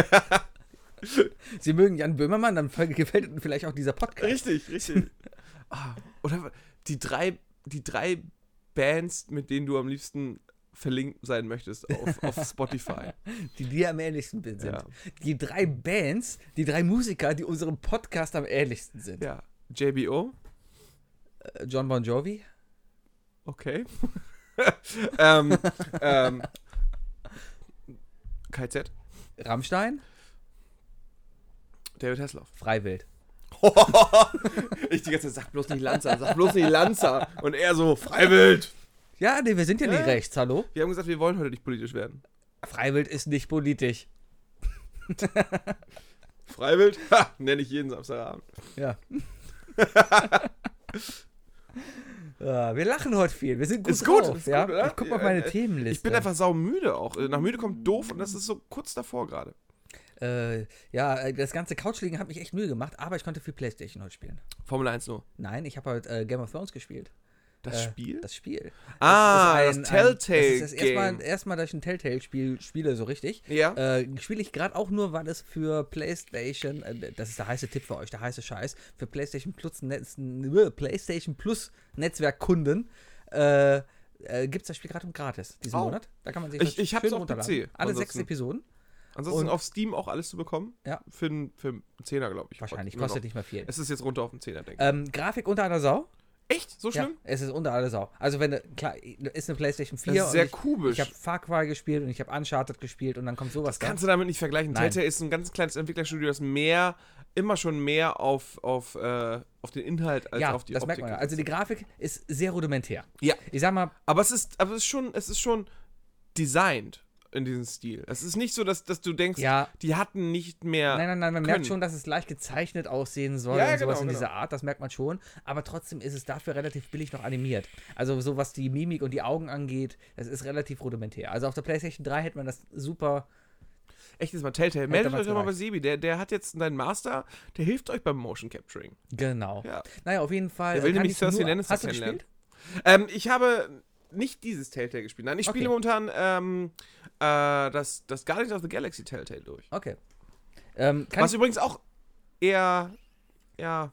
S2: Sie mögen Jan Böhmermann, dann gefällt Ihnen vielleicht auch dieser Podcast.
S3: Richtig, richtig. ah, oder die drei, die drei Bands, mit denen du am liebsten verlinkt sein möchtest auf, auf Spotify.
S2: die dir am ähnlichsten sind.
S3: Ja.
S2: Die drei Bands, die drei Musiker, die unserem Podcast am ähnlichsten sind.
S3: Ja. JBO,
S2: Äh, John Bon Jovi,
S3: okay. ähm, ähm, KZ,
S2: Rammstein,
S3: David Hasselhoff.
S2: Freiwild.
S3: ich die ganze Zeit, sag bloß nicht Lanza, sag bloß nicht Lanza. Und er so, Freiwild.
S2: Ja, nee, wir sind ja nicht
S3: Ja.
S2: rechts, hallo?
S3: Wir haben gesagt, wir wollen heute nicht politisch werden.
S2: Freiwild ist nicht politisch.
S3: Freiwild? Ha, nenne ich jeden Samstagabend.
S2: Ja. Ah, wir lachen heute viel. Wir sind gut
S3: Ist gut,
S2: drauf,
S3: ist
S2: ja?
S3: gut, oder?
S2: Ich guck mal auf meine
S3: Äh, äh,
S2: Themenliste.
S3: Ich bin einfach saumüde auch. Äh, Nach müde kommt doof und das ist so kurz davor gerade.
S2: Äh, ja, äh, das ganze Couchliegen hat mich echt müde gemacht, aber ich konnte viel Playstation heute spielen.
S3: Formel 1 nur.
S2: Nein, ich habe heute äh, Game of Thrones gespielt.
S3: Das
S2: Äh,
S3: Spiel?
S2: Das Spiel.
S3: ah,
S2: Das ist
S3: das
S2: ein- ein-
S3: Telltale-Game.
S2: Das ist das erstmal, erstmal, dass ich ein Telltale-Spiel spiele, so richtig.
S3: Ja.
S2: Äh, spiele ich gerade auch nur, weil es für PlayStation, äh, das ist der heiße Tipp für euch, der heiße Scheiß, für PlayStation Plus, Netz, äh, PlayStation Plus Netzwerkkunden äh, äh, gibt es das Spiel gerade um gratis diesen
S3: Oh.
S2: Monat. Da kann man sich
S3: Ich-
S2: das
S3: ich hab's
S2: schön
S3: auf
S2: runterladen.
S3: PC.
S2: Alle sechs
S3: Ansonsten-
S2: Episoden.
S3: Ansonsten
S2: und-
S3: auf Steam auch alles zu bekommen.
S2: Ja.
S3: Für einen für einen Zehner, glaube ich.
S2: Wahrscheinlich,
S3: Immer
S2: kostet
S3: noch.
S2: nicht mehr viel.
S3: Es ist jetzt runter auf den Zehner, denke ich.
S2: Ähm, Grafik unter einer Sau.
S3: Echt? So
S2: Ja,
S3: schlimm?
S2: es ist unter aller Sau. Also wenn du, klar, ist eine Playstation 4
S3: ist sehr
S2: und ich,
S3: kubisch.
S2: ich habe Far Cry gespielt und ich habe Uncharted gespielt und dann kommt sowas.
S3: Das kannst du damit nicht vergleichen.
S2: Nein.
S3: Telltale ist ein ganz kleines Entwicklerstudio, das mehr, immer schon mehr auf, auf, äh, auf den Inhalt als
S2: ja,
S3: auf die
S2: das merkt
S3: Optik.
S2: man. ja. Also die Grafik ist sehr rudimentär.
S3: ja.
S2: Ich sag mal,
S3: Aber es ist, aber es ist schon, es ist schon designed in diesem Stil. Es ist nicht so, dass, dass du denkst,
S2: Ja.
S3: die hatten nicht mehr.
S2: nein, nein, nein, man
S3: Ah, können.
S2: merkt schon, dass es leicht gezeichnet aussehen soll
S3: Ja, ja,
S2: und sowas
S3: genau,
S2: in
S3: genau.
S2: dieser Art, das merkt man schon. Aber trotzdem ist es dafür relativ billig noch animiert. Also so was die Mimik und die Augen angeht, das ist relativ rudimentär. Also auf der Playstation 3 hätte man das super
S3: Echtes Mal, Telltale. Meldet
S2: damals
S3: euch doch mal bei
S2: gereicht.
S3: Sebi. Der, der hat jetzt seinen Master, der hilft euch beim Motion Capturing.
S2: genau.
S3: Ja.
S2: Naja, auf jeden Fall.
S3: Der will
S2: kann
S3: nämlich
S2: ich's
S3: Cersei
S2: nur-
S3: Lannister
S2: Hast du
S3: kennenlernen.
S2: gespielt?
S3: Ähm, ich habe nicht dieses Telltale gespielt. Nein, ich
S2: Okay.
S3: spiele momentan ähm, äh, das, das Guardians of the Galaxy Telltale durch.
S2: Okay. Ähm, kann
S3: Was übrigens auch eher. Ja.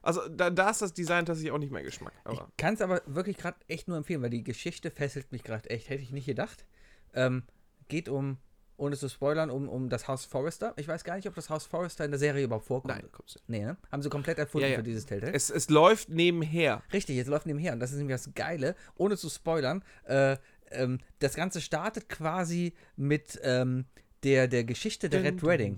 S3: Also, da, da ist das Design tatsächlich auch nicht mein Geschmack. Aber
S2: Ich kann es aber wirklich gerade echt nur empfehlen, weil die Geschichte fesselt mich gerade echt. Hätte ich nicht gedacht. Ähm, geht um, ohne zu spoilern, um, um das Haus Forrester. Ich weiß gar nicht, ob das Haus Forrester in der Serie überhaupt vorkommt.
S3: nein, kommst du nicht.
S2: Nee, ne? Haben sie komplett erfunden
S3: Ja, ja.
S2: für dieses Telltale.
S3: Es, es läuft nebenher.
S2: Richtig, jetzt läuft nebenher. Und das ist nämlich das Geile, ohne zu spoilern. Äh, ähm, das Ganze startet quasi mit ähm, der, der Geschichte der Red Wedding.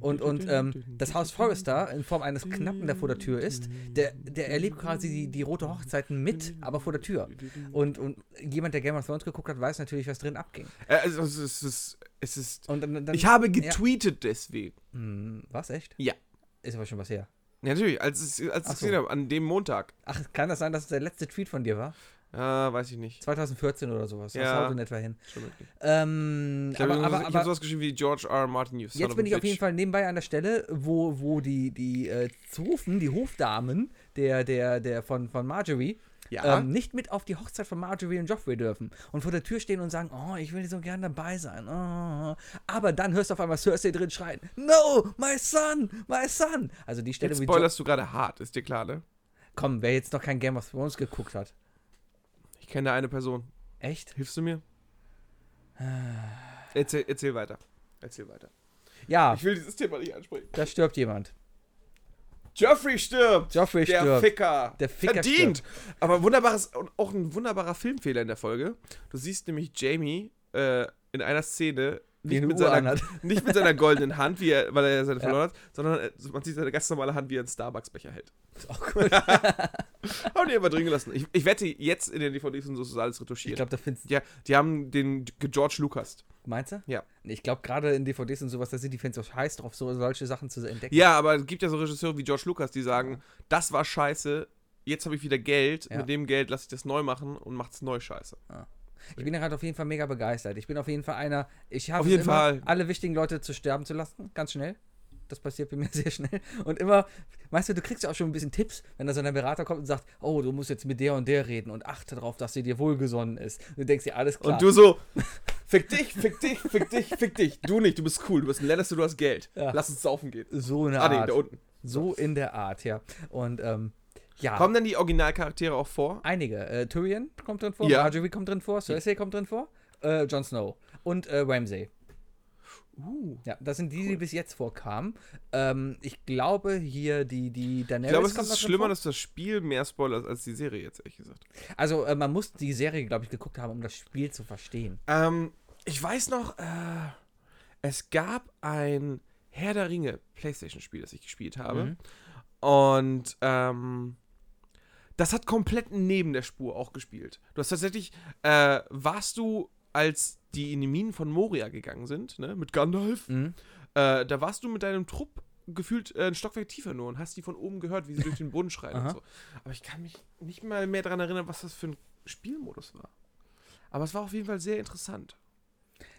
S2: Und, und ähm, das Haus Forrester in Form eines Knappen, der vor der Tür ist, der, der erlebt quasi die, die rote Hochzeiten mit, aber vor der Tür. Und, und jemand, der Game of Thrones geguckt hat, weiß natürlich, was drin abging.
S3: Äh, Also, es ist. Es ist, es ist
S2: Und dann, dann
S3: ich habe getweetet deswegen.
S2: Hm, was echt?
S3: Ja.
S2: Ist aber schon was her.
S3: Ja, natürlich, als es- als ich
S2: Ach
S3: es
S2: so.
S3: gesehen habe, an dem Montag.
S2: Ach, kann das sein, dass es der letzte Tweet von dir war?
S3: Ah, weiß ich nicht.
S2: 2014 oder sowas. Das
S3: Ja.
S2: haut in etwa hin.
S3: Stimmt nicht.
S2: Ähm,
S3: Ich habe
S2: aber
S3: aber,
S2: aber,
S3: ich hab
S2: aber
S3: sowas geschrieben wie George R. R. Martin. You son of
S2: jetzt
S3: a
S2: bin ich auf
S3: bitch.
S2: jeden Fall nebenbei an der Stelle, wo, wo die, die äh, Zofen, die Hofdamen der, der, der von, von Marjorie,
S3: Ja.
S2: ähm, nicht mit auf die Hochzeit von Marjorie und Joffrey dürfen und vor der Tür stehen und sagen, oh, ich will so gern dabei sein. Oh. Aber dann hörst du auf einmal Cersei drin schreien, no, my son, my son. Also die Stelle,
S3: Jetzt
S2: wo jo
S3: spoilerst du gerade hart, ist dir klar, ne?
S2: Komm, wer jetzt noch kein Game of Thrones geguckt hat.
S3: Ich kenne da eine Person.
S2: Echt?
S3: Hilfst du mir?
S2: Ah.
S3: Erzähl, erzähl weiter. Erzähl weiter.
S2: Ja,
S3: Ich will dieses Thema nicht ansprechen.
S2: da stirbt jemand.
S3: Joffrey stirbt!
S2: Joffrey
S3: der
S2: stirbt.
S3: Ficker!
S2: Der Ficker
S3: Verdient! Aber wunderbares, und auch ein wunderbarer Filmfehler in der Folge. Du siehst nämlich Jamie äh, in einer Szene nicht
S2: eine
S3: mit,
S2: Uhr
S3: seiner,
S2: anhat.
S3: nicht mit seiner goldenen Hand, wie er, weil er seine verloren hat, sondern äh, man sieht seine ganz normale Hand, wie er einen Starbucks-Becher hält.
S2: Ist auch gut.
S3: Haben die immer drin gelassen. Ich, ich wette, jetzt in den DVDs und so ist alles
S2: Ich
S3: retuschiert.
S2: glaube, da findest
S3: ja, die haben den G- George Lucas.
S2: Meinst du?
S3: Ja.
S2: Ich glaube, gerade in DVDs und sowas, da sind die Fans auch scheiß drauf, so solche Sachen zu entdecken.
S3: Ja, aber es gibt ja so Regisseure wie George Lucas, die sagen, das war scheiße, jetzt habe ich wieder Geld,
S2: Ja.
S3: mit dem Geld lasse ich das neu machen und macht's neu scheiße.
S2: Ich bin ja gerade auf jeden Fall mega begeistert. Ich bin auf jeden Fall einer, ich habe
S3: Auf
S2: es
S3: jeden
S2: immer,
S3: Fall.
S2: alle wichtigen Leute zu sterben zu lassen, ganz schnell. Das passiert bei mir sehr schnell. Und immer, weißt du, du kriegst ja auch schon ein bisschen Tipps, wenn da so ein Berater kommt und sagt, oh, du musst jetzt mit der und der reden und achte darauf, dass sie dir wohlgesonnen ist. Und du denkst dir, alles klar.
S3: Und du so, Ah, Fick dich, fick dich, fick dich, fick dich. Du nicht, du bist cool, du bist ein Lannister, du hast Geld.
S2: Ja.
S3: Lass uns saufen gehen.
S2: So eine
S3: Ah,
S2: Art.
S3: nee, da unten.
S2: So in der Art, ja. Und ähm, ja,
S3: Kommen denn die Originalcharaktere auch vor?
S2: einige. Äh, Tyrion kommt drin vor,
S3: Ja.
S2: Marjorie kommt drin vor, Cersei kommt drin vor, äh, Jon Snow und äh, Ramsay.
S3: Uh.
S2: Ja, das sind die, die bis jetzt vorkamen. Ähm, ich glaube hier die, die Daenerys
S3: Ich glaube, es
S2: kommt
S3: ist
S2: noch drin
S3: schlimmer,
S2: vor.
S3: dass das Spiel mehr Spoilers als die Serie jetzt, ehrlich gesagt.
S2: Also äh, man muss die Serie, glaube ich, geguckt haben, um das Spiel zu verstehen.
S3: Ähm, ich weiß noch, äh, es gab ein Herr der Ringe Playstation-Spiel, das ich gespielt habe.
S2: Mhm.
S3: Und ähm, das hat komplett neben der Spur auch gespielt. Du hast tatsächlich, äh, warst du, als die in die Minen von Moria gegangen sind, ne, mit Gandalf,
S2: Mhm.
S3: äh, da warst du mit deinem Trupp gefühlt äh, ein Stockwerk tiefer nur und hast die von oben gehört, wie sie durch den Boden schreien und
S2: Aha.
S3: so. Aber ich kann mich nicht mal mehr daran erinnern, was das für ein Spielmodus war. Aber es war auf jeden Fall sehr interessant.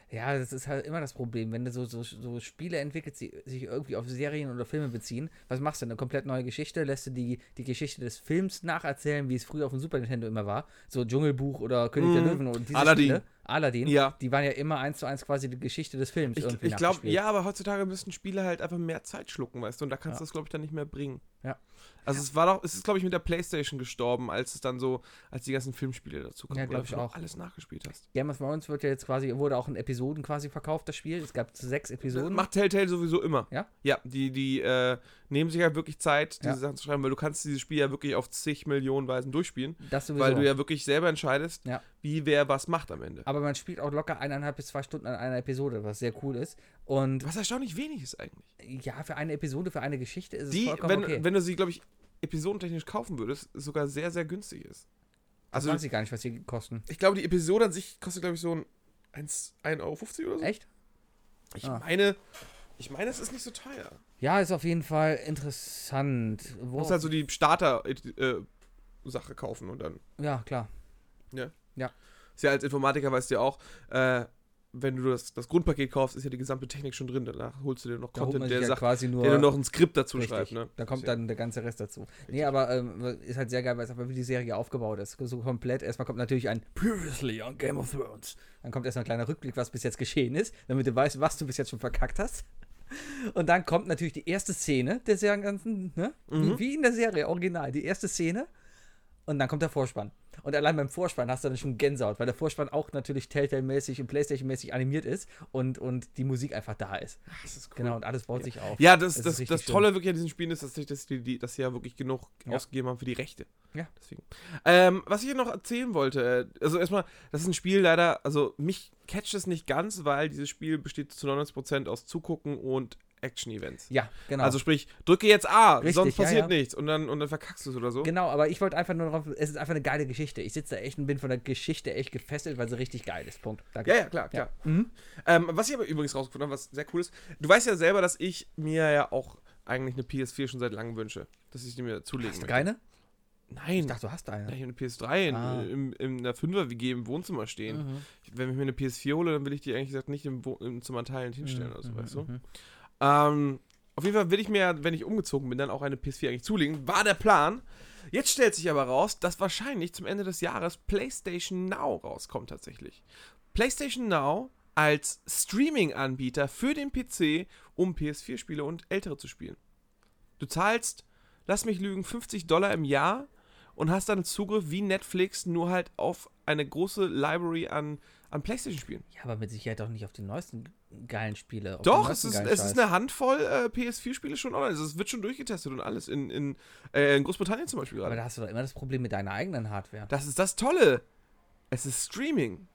S2: Ja, das ist halt immer das Problem, wenn du so, so, so Spiele entwickelst, die sich irgendwie auf Serien oder Filme beziehen. Was machst du? Eine komplett neue Geschichte? Lässt du die, die Geschichte des Films nacherzählen, wie es früher auf dem Super Nintendo immer war? So Dschungelbuch oder König der
S3: Mm,
S2: Löwen oder diese
S3: Aladdin.
S2: Spiele. Aladdin.
S3: Ja.
S2: Die waren ja immer eins zu eins quasi die Geschichte des Films
S3: Ich,
S2: irgendwie
S3: ich glaube,
S2: nachgespielt.
S3: ja, aber heutzutage müssen Spiele halt einfach mehr Zeit schlucken, weißt du, und da kannst du
S2: Ja.
S3: das, glaube ich, dann nicht mehr bringen.
S2: Ja.
S3: Also es war doch, es ist, glaube ich, mit der Playstation gestorben, als es dann so, als die ganzen Filmspiele dazu kamen,
S2: Ja,
S3: wo
S2: glaub
S3: du
S2: ich
S3: einfach
S2: auch.
S3: alles nachgespielt hast.
S2: Game of Thrones wird ja jetzt quasi, wurde auch in Episoden quasi verkauft, das Spiel. Es gab sechs Episoden.
S3: Macht Telltale sowieso immer.
S2: ne? Ja?
S3: Ja, die, die äh, nehmen sich halt wirklich Zeit, diese
S2: Ja.
S3: Sachen zu schreiben, weil du kannst dieses Spiel ja wirklich auf zig Millionen Weisen durchspielen,
S2: das sowieso.
S3: weil du ja wirklich selber entscheidest,
S2: Ja.
S3: wie wer was macht am Ende.
S2: Aber man spielt auch locker eineinhalb bis zwei Stunden an einer Episode, was sehr cool ist. Und
S3: Was erstaunlich wenig ist eigentlich.
S2: ja, für eine Episode, für eine Geschichte ist es
S3: Die,
S2: vollkommen
S3: wenn,
S2: okay.
S3: wenn du sie, glaube ich, episodentechnisch kaufen würdest, sogar sehr, sehr günstig ist.
S2: also,
S3: Also
S2: weiß ich gar nicht, was die kosten.
S3: Ich glaube, die Episode an sich kostet, glaube ich, so ein 1 1,50 Euro oder so.
S2: Echt?
S3: Ich
S2: Ah.
S3: meine, ich meine, es ist nicht so teuer.
S2: Ja, ist auf jeden Fall interessant.
S3: Du
S2: Wo,
S3: musst halt so die Starter-Sache kaufen und dann.
S2: ja, klar.
S3: Ist ja als Informatiker, weißt du ja auch, äh, wenn du das, das Grundpaket kaufst, ist ja die gesamte Technik schon drin. Danach holst du dir noch
S2: Da holt man
S3: Content,
S2: sich
S3: der
S2: ja
S3: sagt,
S2: quasi nur.
S3: der dir noch ein Skript dazu
S2: richtig.
S3: schreibt. Ne?
S2: Da kommt
S3: Ist ja-
S2: dann der ganze Rest dazu. Nee, aber ähm, ist halt sehr geil, weil es einfach wie die Serie aufgebaut ist. So komplett. Erstmal kommt natürlich ein Previously on Game of Thrones. Dann kommt erstmal ein kleiner Rückblick, was bis jetzt geschehen ist, damit du weißt, was du bis jetzt schon verkackt hast. Und dann kommt natürlich die erste Szene der Serie ganzen, ne?
S3: Mhm.
S2: Wie, wie in der Serie, original. Die erste Szene. Und dann kommt der Vorspann. Und allein beim Vorspann hast du dann schon Gänsehaut, weil der Vorspann auch natürlich Telltale-mäßig und Playstation-mäßig animiert ist und, und die Musik einfach da ist.
S3: Ach, das ist cool.
S2: Genau, und alles baut sich auf.
S3: Ja, das,
S2: Das ist
S3: das, das,
S2: richtig
S3: Tolle wirklich an diesen Spielen ist, dass, sich das die, die, dass sie ja wirklich genug
S2: Ja.
S3: ausgegeben haben für die Rechte.
S2: Ja.
S3: Deswegen. Ähm, was ich hier noch erzählen wollte, äh, also erstmal, das ist ein Spiel leider, also mich catcht es nicht ganz, weil dieses Spiel besteht zu 99% aus Zugucken und Action-Events.
S2: Ja, genau.
S3: Also sprich, drücke jetzt A,
S2: Richtig,
S3: sonst
S2: ja,
S3: passiert
S2: ja.
S3: nichts und dann, und dann verkackst du es oder so.
S2: Genau, aber ich wollte einfach nur darauf, es ist einfach eine geile Geschichte. Ich sitze da echt und bin von der Geschichte echt gefesselt, weil sie richtig geil ist. Punkt. Danke.
S3: Ja, ja, klar, klar.
S2: Mhm.
S3: Ähm, was ich aber übrigens rausgefunden habe, was sehr cool ist, du weißt ja selber, dass ich mir ja auch eigentlich eine PS4 schon seit langem wünsche, dass ich die mir zulegen
S2: Hast du
S3: möchte.
S2: keine? Ich
S3: Nein.
S2: dachte, du hast
S3: Ja,
S2: eine.
S3: ich habe eine PS3 in, äh,
S2: Ah.
S3: im, in einer 5er-WG im Wohnzimmer stehen.
S2: Mhm.
S3: Wenn ich mir eine PS4 hole, dann will ich die eigentlich gesagt nicht im, Wo im Zimmer teilend hinstellen oder so,
S2: Mhm,
S3: weißt du?
S2: mhm.
S3: Ähm, auf jeden Fall will ich mir, wenn ich umgezogen bin, dann auch eine PS4 eigentlich zulegen. War der Plan. Jetzt stellt sich aber raus, dass wahrscheinlich zum Ende des Jahres PlayStation Now rauskommt tatsächlich. PlayStation Now als Streaming-Anbieter für den PC, um PS4-Spiele und ältere zu spielen. Du zahlst, lass mich lügen, 50 Dollar im Jahr und hast dann Zugriff wie Netflix nur halt auf eine große Library an, an PlayStation-Spielen.
S2: Ja, aber mit Sicherheit doch nicht auf die neuesten geilen Spiele. auf den
S3: Doch, es
S2: neuesten
S3: ist,
S2: geilen
S3: es
S2: Scheiß.
S3: ist eine Handvoll äh, PS4-Spiele schon online. Also, es wird schon durchgetestet und alles. In, in, äh, in Großbritannien zum Beispiel
S2: Aber
S3: gerade.
S2: da hast du doch immer das Problem mit deiner eigenen Hardware.
S3: Das ist das Tolle. Es ist Streaming.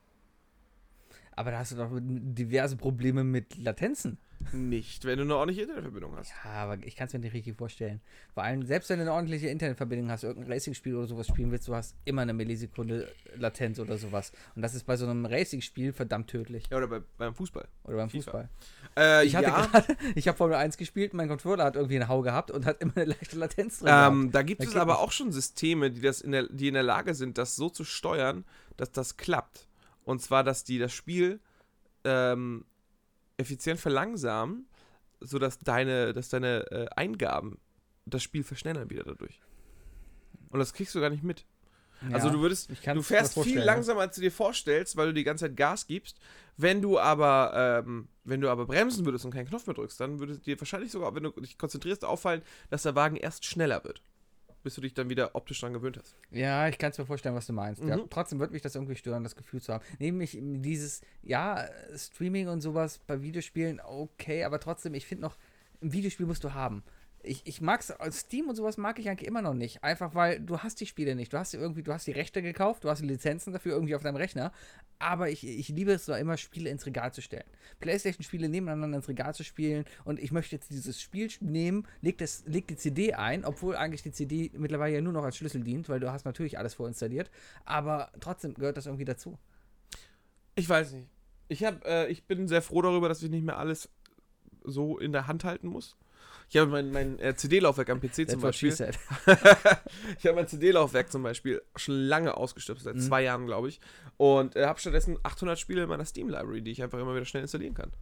S2: Aber da hast du doch diverse Probleme mit Latenzen.
S3: Nicht, wenn du eine ordentliche Internetverbindung hast.
S2: Ja, aber ich kann es mir nicht richtig vorstellen. Vor allem, selbst wenn du eine ordentliche Internetverbindung hast, irgendein Racing-Spiel oder sowas spielen willst, du hast immer eine Millisekunde Latenz oder sowas. Und das ist bei so einem Racing-Spiel verdammt tödlich.
S3: Ja, oder bei, beim Fußball.
S2: Oder beim
S3: FIFA.
S2: Fußball.
S3: Äh,
S2: Ich hatte
S3: ja,
S2: gerade, ich habe Formel 1 gespielt, mein Controller hat irgendwie einen Hau gehabt und hat immer eine leichte Latenz drin.
S3: ähm, da gibt
S2: Da
S3: es
S2: geht
S3: aber
S2: nicht.
S3: auch schon Systeme, die, das in der, die in der Lage sind, das so zu steuern, dass das klappt. Und zwar, dass die das Spiel ähm, effizient verlangsamen, sodass deine, dass deine äh, Eingaben das Spiel verschnellern wieder dadurch. Und das kriegst du gar nicht mit. Also
S2: Ja,
S3: du würdest,
S2: ich kann's
S3: du
S2: mir
S3: fährst viel
S2: vorstellen, ja.
S3: langsamer, als du dir vorstellst, weil du die ganze Zeit Gas gibst. Wenn du aber, ähm, wenn du aber bremsen würdest und keinen Knopf mehr drückst, dann würde dir wahrscheinlich sogar, wenn du dich konzentrierst, auffallen, dass der Wagen erst schneller wird. Bis du dich dann wieder optisch dran gewöhnt hast.
S2: Ja, ich kann es mir vorstellen, was du meinst. Ja,
S3: Mhm.
S2: trotzdem wird mich das irgendwie stören, das Gefühl zu haben. Nämlich dieses, ja, Streaming und sowas bei Videospielen, okay, aber trotzdem, ich finde noch, ein Videospiel musst du haben. Ich, ich mag's, Steam und sowas mag ich eigentlich immer noch nicht. Einfach weil du hast die Spiele nicht. Du hast sie irgendwie, du hast die Rechte gekauft, du hast die Lizenzen dafür irgendwie auf deinem Rechner. Aber ich, ich liebe es doch immer, Spiele ins Regal zu stellen. Playstation-Spiele nebeneinander ins Regal zu spielen und ich möchte jetzt dieses Spiel nehmen, leg, das, leg die CD ein, obwohl eigentlich die CD mittlerweile ja nur noch als Schlüssel dient, weil du hast natürlich alles vorinstalliert, aber trotzdem gehört das irgendwie dazu.
S3: Ich weiß nicht. Ich hab, äh, ich bin sehr froh darüber, dass ich nicht mehr alles so in der Hand halten muss. Ich habe mein, mein äh, CD-Laufwerk am PC zum
S2: That's what she
S3: Beispiel.
S2: said.
S3: ich habe mein CD-Laufwerk zum Beispiel schon lange ausgestöpselt, seit
S2: Mhm.
S3: zwei Jahren, glaube ich. Und äh, habe stattdessen 800 Spiele in meiner Steam-Library, die ich einfach immer wieder schnell installieren kann.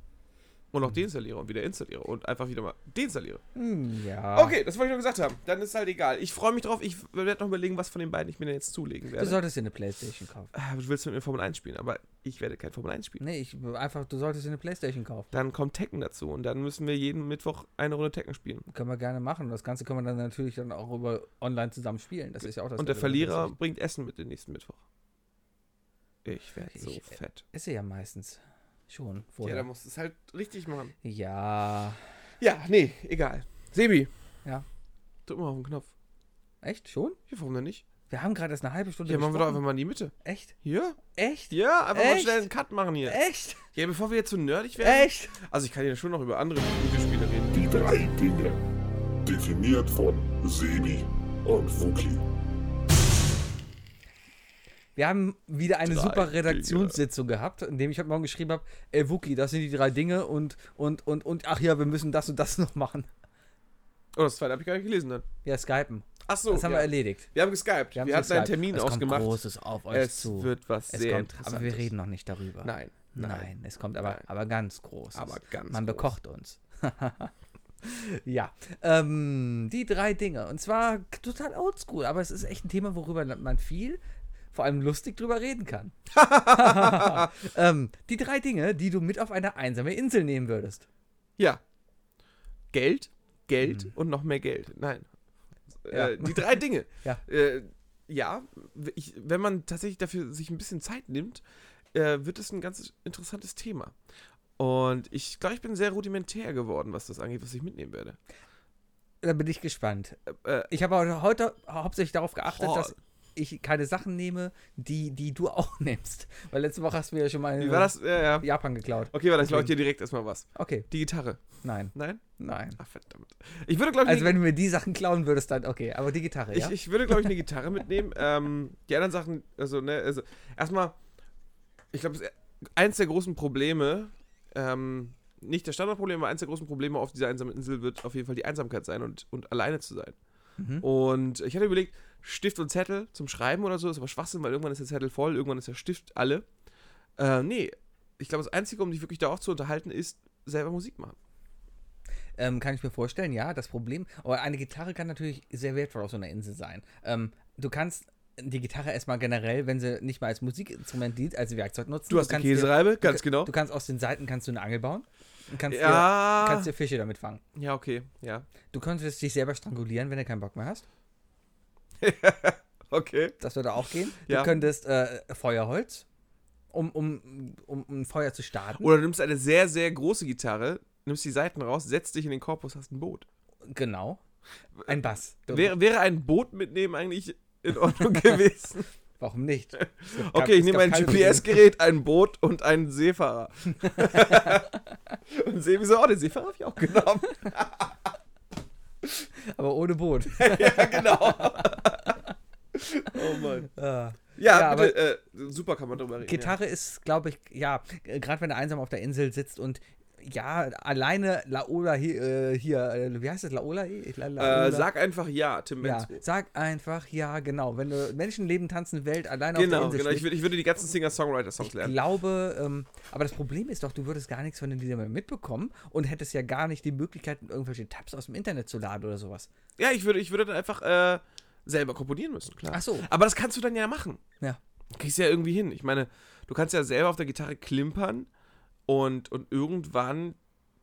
S3: Und
S2: Mhm.
S3: auch deinstalliere und wieder installiere und einfach wieder mal deinstalliere.
S2: Hm, ja.
S3: Okay, das wollte ich nur gesagt haben. Dann ist halt egal. Ich freue mich drauf. Ich werde noch überlegen, was von den beiden ich mir denn jetzt zulegen
S2: Du
S3: werde.
S2: solltest dir eine Playstation kaufen.
S3: Ah, du willst mit mir Formel 1 spielen, aber ich werde kein Formel 1 spielen.
S2: Nee, ich einfach, du solltest dir eine Playstation kaufen.
S3: Dann kommt Tekken dazu und dann müssen wir jeden Mittwoch eine Runde Tekken spielen.
S2: Können wir gerne machen. Das Ganze können wir dann natürlich dann auch über online zusammen spielen. Das ist ja auch das
S3: und der
S2: Tolle,
S3: Verlierer
S2: was ich-
S3: bringt Essen mit den nächsten Mittwoch. Ich werde so
S2: Ich-
S3: fett.
S2: Esse ja meistens schon
S3: Ja, da
S2: vorher.
S3: musst du es halt richtig machen.
S2: ja.
S3: Ja, nee, egal. Sebi.
S2: Ja.
S3: Drück mal auf den Knopf.
S2: Echt? Schon?
S3: Hier, warum denn nicht?
S2: Wir haben gerade erst eine halbe Stunde
S3: Hier, machen wir doch einfach
S2: gesprochen.
S3: mal in die Mitte.
S2: Echt?
S3: Hier?
S2: Echt?
S3: Ja, einfach mal
S2: Echt?
S3: schnell einen Cut machen hier.
S2: Echt?
S3: Ja, bevor wir jetzt so nerdig werden.
S2: Echt?
S3: Also, ich kann hier schon noch über andere Videospiele reden.
S4: Die drei Dinge. Definiert von Sebi und Wookie.
S2: Wir haben wieder eine
S3: Drei
S2: super
S3: Dinge.
S2: Redaktionssitzung gehabt, in dem ich heute Morgen geschrieben habe, ey Wookie, das sind die drei Dinge und, und, und, und, ach ja, wir müssen das und das noch machen.
S3: Oh, das zweite habe ich gar nicht gelesen dann.
S2: Ja, skypen.
S3: Achso,
S2: Das haben
S3: Oh, ja.
S2: wir erledigt.
S3: wir haben geskypt. Wir,
S2: haben
S3: hatten einen
S2: geskypt.
S3: Termin
S2: es
S3: ausgemacht.
S2: Kommt Großes auf euch
S3: es
S2: zu.
S3: wird was
S2: es
S3: sehr
S2: kommt, aber wir
S3: Interessantes.
S2: reden noch nicht darüber.
S3: Nein.
S2: Nein, es kommt aber,
S3: Nein.
S2: aber ganz groß.
S3: Aber ganz
S2: Man
S3: groß.
S2: bekocht uns. ja, ähm, die drei Dinge. Und zwar total oldschool, aber es ist echt ein Thema, worüber man viel, vor allem lustig drüber reden kann. ähm, die drei Dinge, die du mit auf eine einsame Insel nehmen würdest.
S3: Ja. Geld, Geld und noch mehr Geld. Nein.
S2: Mhm. Ja.
S3: Äh, die drei Dinge.
S2: Ja.
S3: Äh, ja, ich, wenn man tatsächlich dafür sich ein bisschen Zeit nimmt, äh, wird es ein ganz interessantes Thema. Und ich glaube, ich bin sehr rudimentär geworden, was das angeht, was ich mitnehmen werde.
S2: Da bin ich gespannt.
S3: Äh,
S2: Ich habe heute- heute hauptsächlich darauf geachtet,
S3: Boah.
S2: dass ich keine Sachen nehme, die, die du auch nimmst. Weil letzte Woche hast du mir ja schon mal
S3: wie war das? Ja, ja.
S2: Japan geklaut.
S3: Okay, warte, ich leuchte dir direkt erstmal was.
S2: Okay,
S3: Die Gitarre.
S2: nein,
S3: Nein?
S2: nein.
S3: Ach, verdammt. Ich würde, glaube ich,
S2: Also wenn du mir die Sachen klauen würdest, dann okay. Aber die Gitarre, ja?
S3: Ich, ich würde, glaube ich, eine Gitarre mitnehmen. ähm, die anderen Sachen, also, ne, also, erstmal, ich glaube, das- eins der großen Probleme, ähm, nicht der Standardproblem, aber eins der großen Probleme auf dieser einsamen Insel wird auf jeden Fall die Einsamkeit sein und, und alleine zu sein.
S2: Mhm.
S3: Und ich hatte überlegt, Stift und Zettel zum Schreiben oder so ist aber Schwachsinn, weil irgendwann ist der Zettel voll, irgendwann ist der Stift alle. Äh, nee, ich glaube, das Einzige, um dich wirklich da auch zu unterhalten, ist selber Musik machen.
S2: Ähm, kann ich mir vorstellen, ja, das Problem. Aber eine Gitarre kann natürlich sehr wertvoll auf so einer Insel sein. Ähm, du kannst die Gitarre erstmal generell, wenn sie nicht mal als Musikinstrument dient, als Werkzeug nutzen.
S3: Du hast eine
S2: kannst dir-
S3: Käsereibe, ganz
S2: du,
S3: genau.
S2: Du kannst aus den Seiten kannst du eine Angel bauen und kannst, dir,
S3: Ja,
S2: kannst dir Fische damit fangen.
S3: ja, okay, ja.
S2: Du könntest dich selber strangulieren, wenn du keinen Bock mehr hast.
S3: Okay.
S2: Das würde auch gehen.
S3: Ja.
S2: Du könntest äh, Feuerholz, um, um, um, um ein Feuer zu starten.
S3: Oder du nimmst eine sehr, sehr große Gitarre, nimmst die Saiten raus, setzt dich in den Korpus, hast ein Boot.
S2: genau. Ein Bass.
S3: Wäre, wäre ein Boot mitnehmen eigentlich in Ordnung gewesen?
S2: Warum nicht?
S3: Okay, ich
S2: es
S3: nehme
S2: gab
S3: ein
S2: keine
S3: GPS-Gerät, ein Boot und einen Seefahrer. und sehe, wieso? Oh, den Seefahrer habe ich auch genommen.
S2: Aber ohne Boot.
S3: ja, genau. oh Mann.
S2: Äh.
S3: Ja,
S2: Ja,
S3: bitte, äh, super kann man drüber reden.
S2: Gitarre ist, glaube ich, ja, äh, gerade wenn du einsam auf der Insel sitzt und ja, alleine Laola hier, äh, hier äh, wie heißt das, Laola? La,
S3: ja.
S2: Laola?
S3: äh, sag einfach ja, Tim
S2: ja,
S3: Bensko.
S2: sag einfach, ja, genau. Wenn du Menschen leben, tanzen, Welt, alleine
S3: Genau,
S2: auf der Insel
S3: genau. Ich
S2: stehst,
S3: würde, ich würde die ganzen Singer-Songwriter-Songs
S2: ich
S3: lernen.
S2: glaube, ähm, aber das Problem ist doch, du würdest gar nichts von den Liedern mehr mitbekommen und hättest ja gar nicht die Möglichkeit, irgendwelche Tabs aus dem Internet zu laden oder sowas.
S3: Ja, ich würde, ich würde dann einfach äh, selber komponieren müssen, klar.
S2: Ach so.
S3: Aber das kannst du dann ja machen.
S2: Ja.
S3: Kriegst ja irgendwie hin. Ich meine, du kannst ja selber auf der Gitarre klimpern und, und irgendwann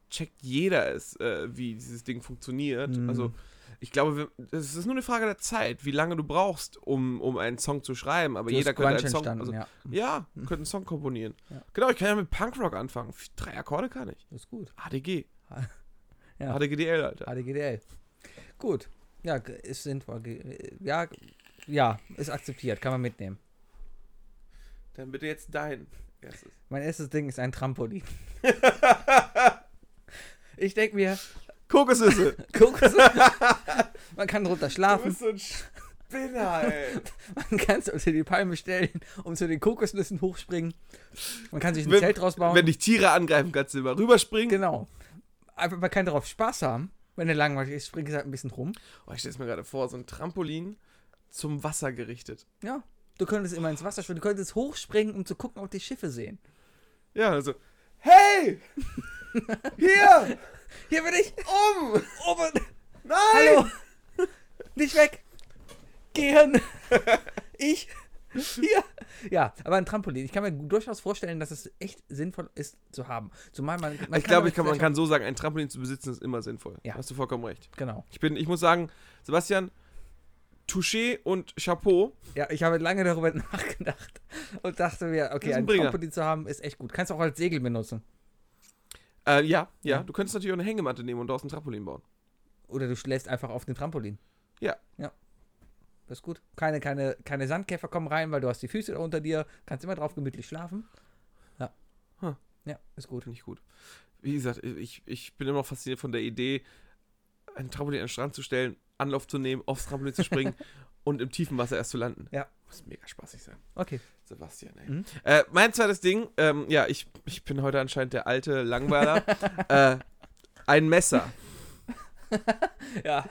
S3: checkt jeder es, äh, wie dieses Ding funktioniert.
S2: Mhm.
S3: Also ich glaube, wir- es ist nur eine Frage der Zeit, wie lange du brauchst, um, um einen Song zu schreiben. Aber
S2: So
S3: jeder
S2: ist
S3: könnte
S2: Grunge
S3: einen Song.
S2: entstanden,
S3: Also,
S2: ja.
S3: ja, könnte einen Song komponieren.
S2: Ja.
S3: Genau, ich kann ja mit Punkrock anfangen. Drei Akkorde kann ich.
S2: Das ist gut.
S3: ADG.
S2: Ja.
S3: ADGDL, Alter.
S2: ADGDL. Gut. Ja, g- ist sinnvoll. Ge- äh, Ja, ja, ist akzeptiert. Kann man mitnehmen.
S3: Dann bitte jetzt dein erstes.
S2: Mein erstes Ding ist ein Trampolin. ich denke mir,
S3: Kokosnüsse.
S2: Kokos, man kann drunter
S3: du
S2: schlafen,
S3: bist so ein Spinner, ey.
S2: man kann es unter die Palme stellen und zu den Kokosnüssen hochspringen. Man kann sich ein
S3: Wenn-
S2: Zelt draus bauen.
S3: Wenn dich Tiere angreifen, kannst du immer rüberspringen.
S2: Genau. Aber man kann darauf Spaß haben, wenn er langweilig ist. Springt halt ein bisschen rum.
S3: Oh, ich stelle es mir gerade vor, so ein Trampolin zum Wasser gerichtet.
S2: Ja. Du könntest immer ins Wasser springen. Du könntest hochspringen, um zu gucken, ob die Schiffe sehen.
S3: Ja, also. Hey! Hier!
S2: Hier bin ich.
S3: Um!
S2: Oben.
S3: Nein!
S2: Hallo. Nicht weg. Gehen. Ich. Hier. Ja, aber ein Trampolin. Ich kann mir durchaus vorstellen, dass es echt sinnvoll ist zu haben. Zumal man. man
S3: Ich glaube,
S2: damit
S3: ich kann, man
S2: vielleicht
S3: kann so sagen, ein Trampolin zu besitzen ist immer sinnvoll.
S2: Ja.
S3: Hast du vollkommen recht.
S2: auch- Genau.
S3: Ich bin, ich muss sagen, Sebastian, Touché und Chapeau.
S2: Ja, ich habe lange darüber nachgedacht und dachte mir, okay,
S3: ist ein
S2: ein
S3: Bringer.
S2: Trampolin zu haben ist echt gut. Kannst du auch als Segel benutzen.
S3: Äh, ja, ja,
S2: Ja.
S3: du könntest natürlich auch eine Hängematte nehmen und daraus ein Trampolin bauen.
S2: Oder du schläfst einfach auf dem Trampolin.
S3: Ja.
S2: Ja. Das ist gut. Keine, keine, keine Sandkäfer kommen rein, weil du hast die Füße unter dir. Kannst immer drauf gemütlich schlafen. Ja.
S3: Huh.
S2: Ja, ist gut.
S3: Finde ich gut. Wie gesagt, ich, ich bin immer noch fasziniert von der Idee, ein Trampolin an den Strand zu stellen, Anlauf zu nehmen, aufs Trampolin zu springen und im tiefen Wasser erst zu landen.
S2: Ja.
S3: Muss mega spaßig sein.
S2: Okay.
S3: Sebastian, ey.
S2: Mhm.
S3: Äh, mein zweites Ding, ähm, ja, ich, ich bin heute anscheinend der alte Langweiler. äh, ein Messer.
S2: Ja,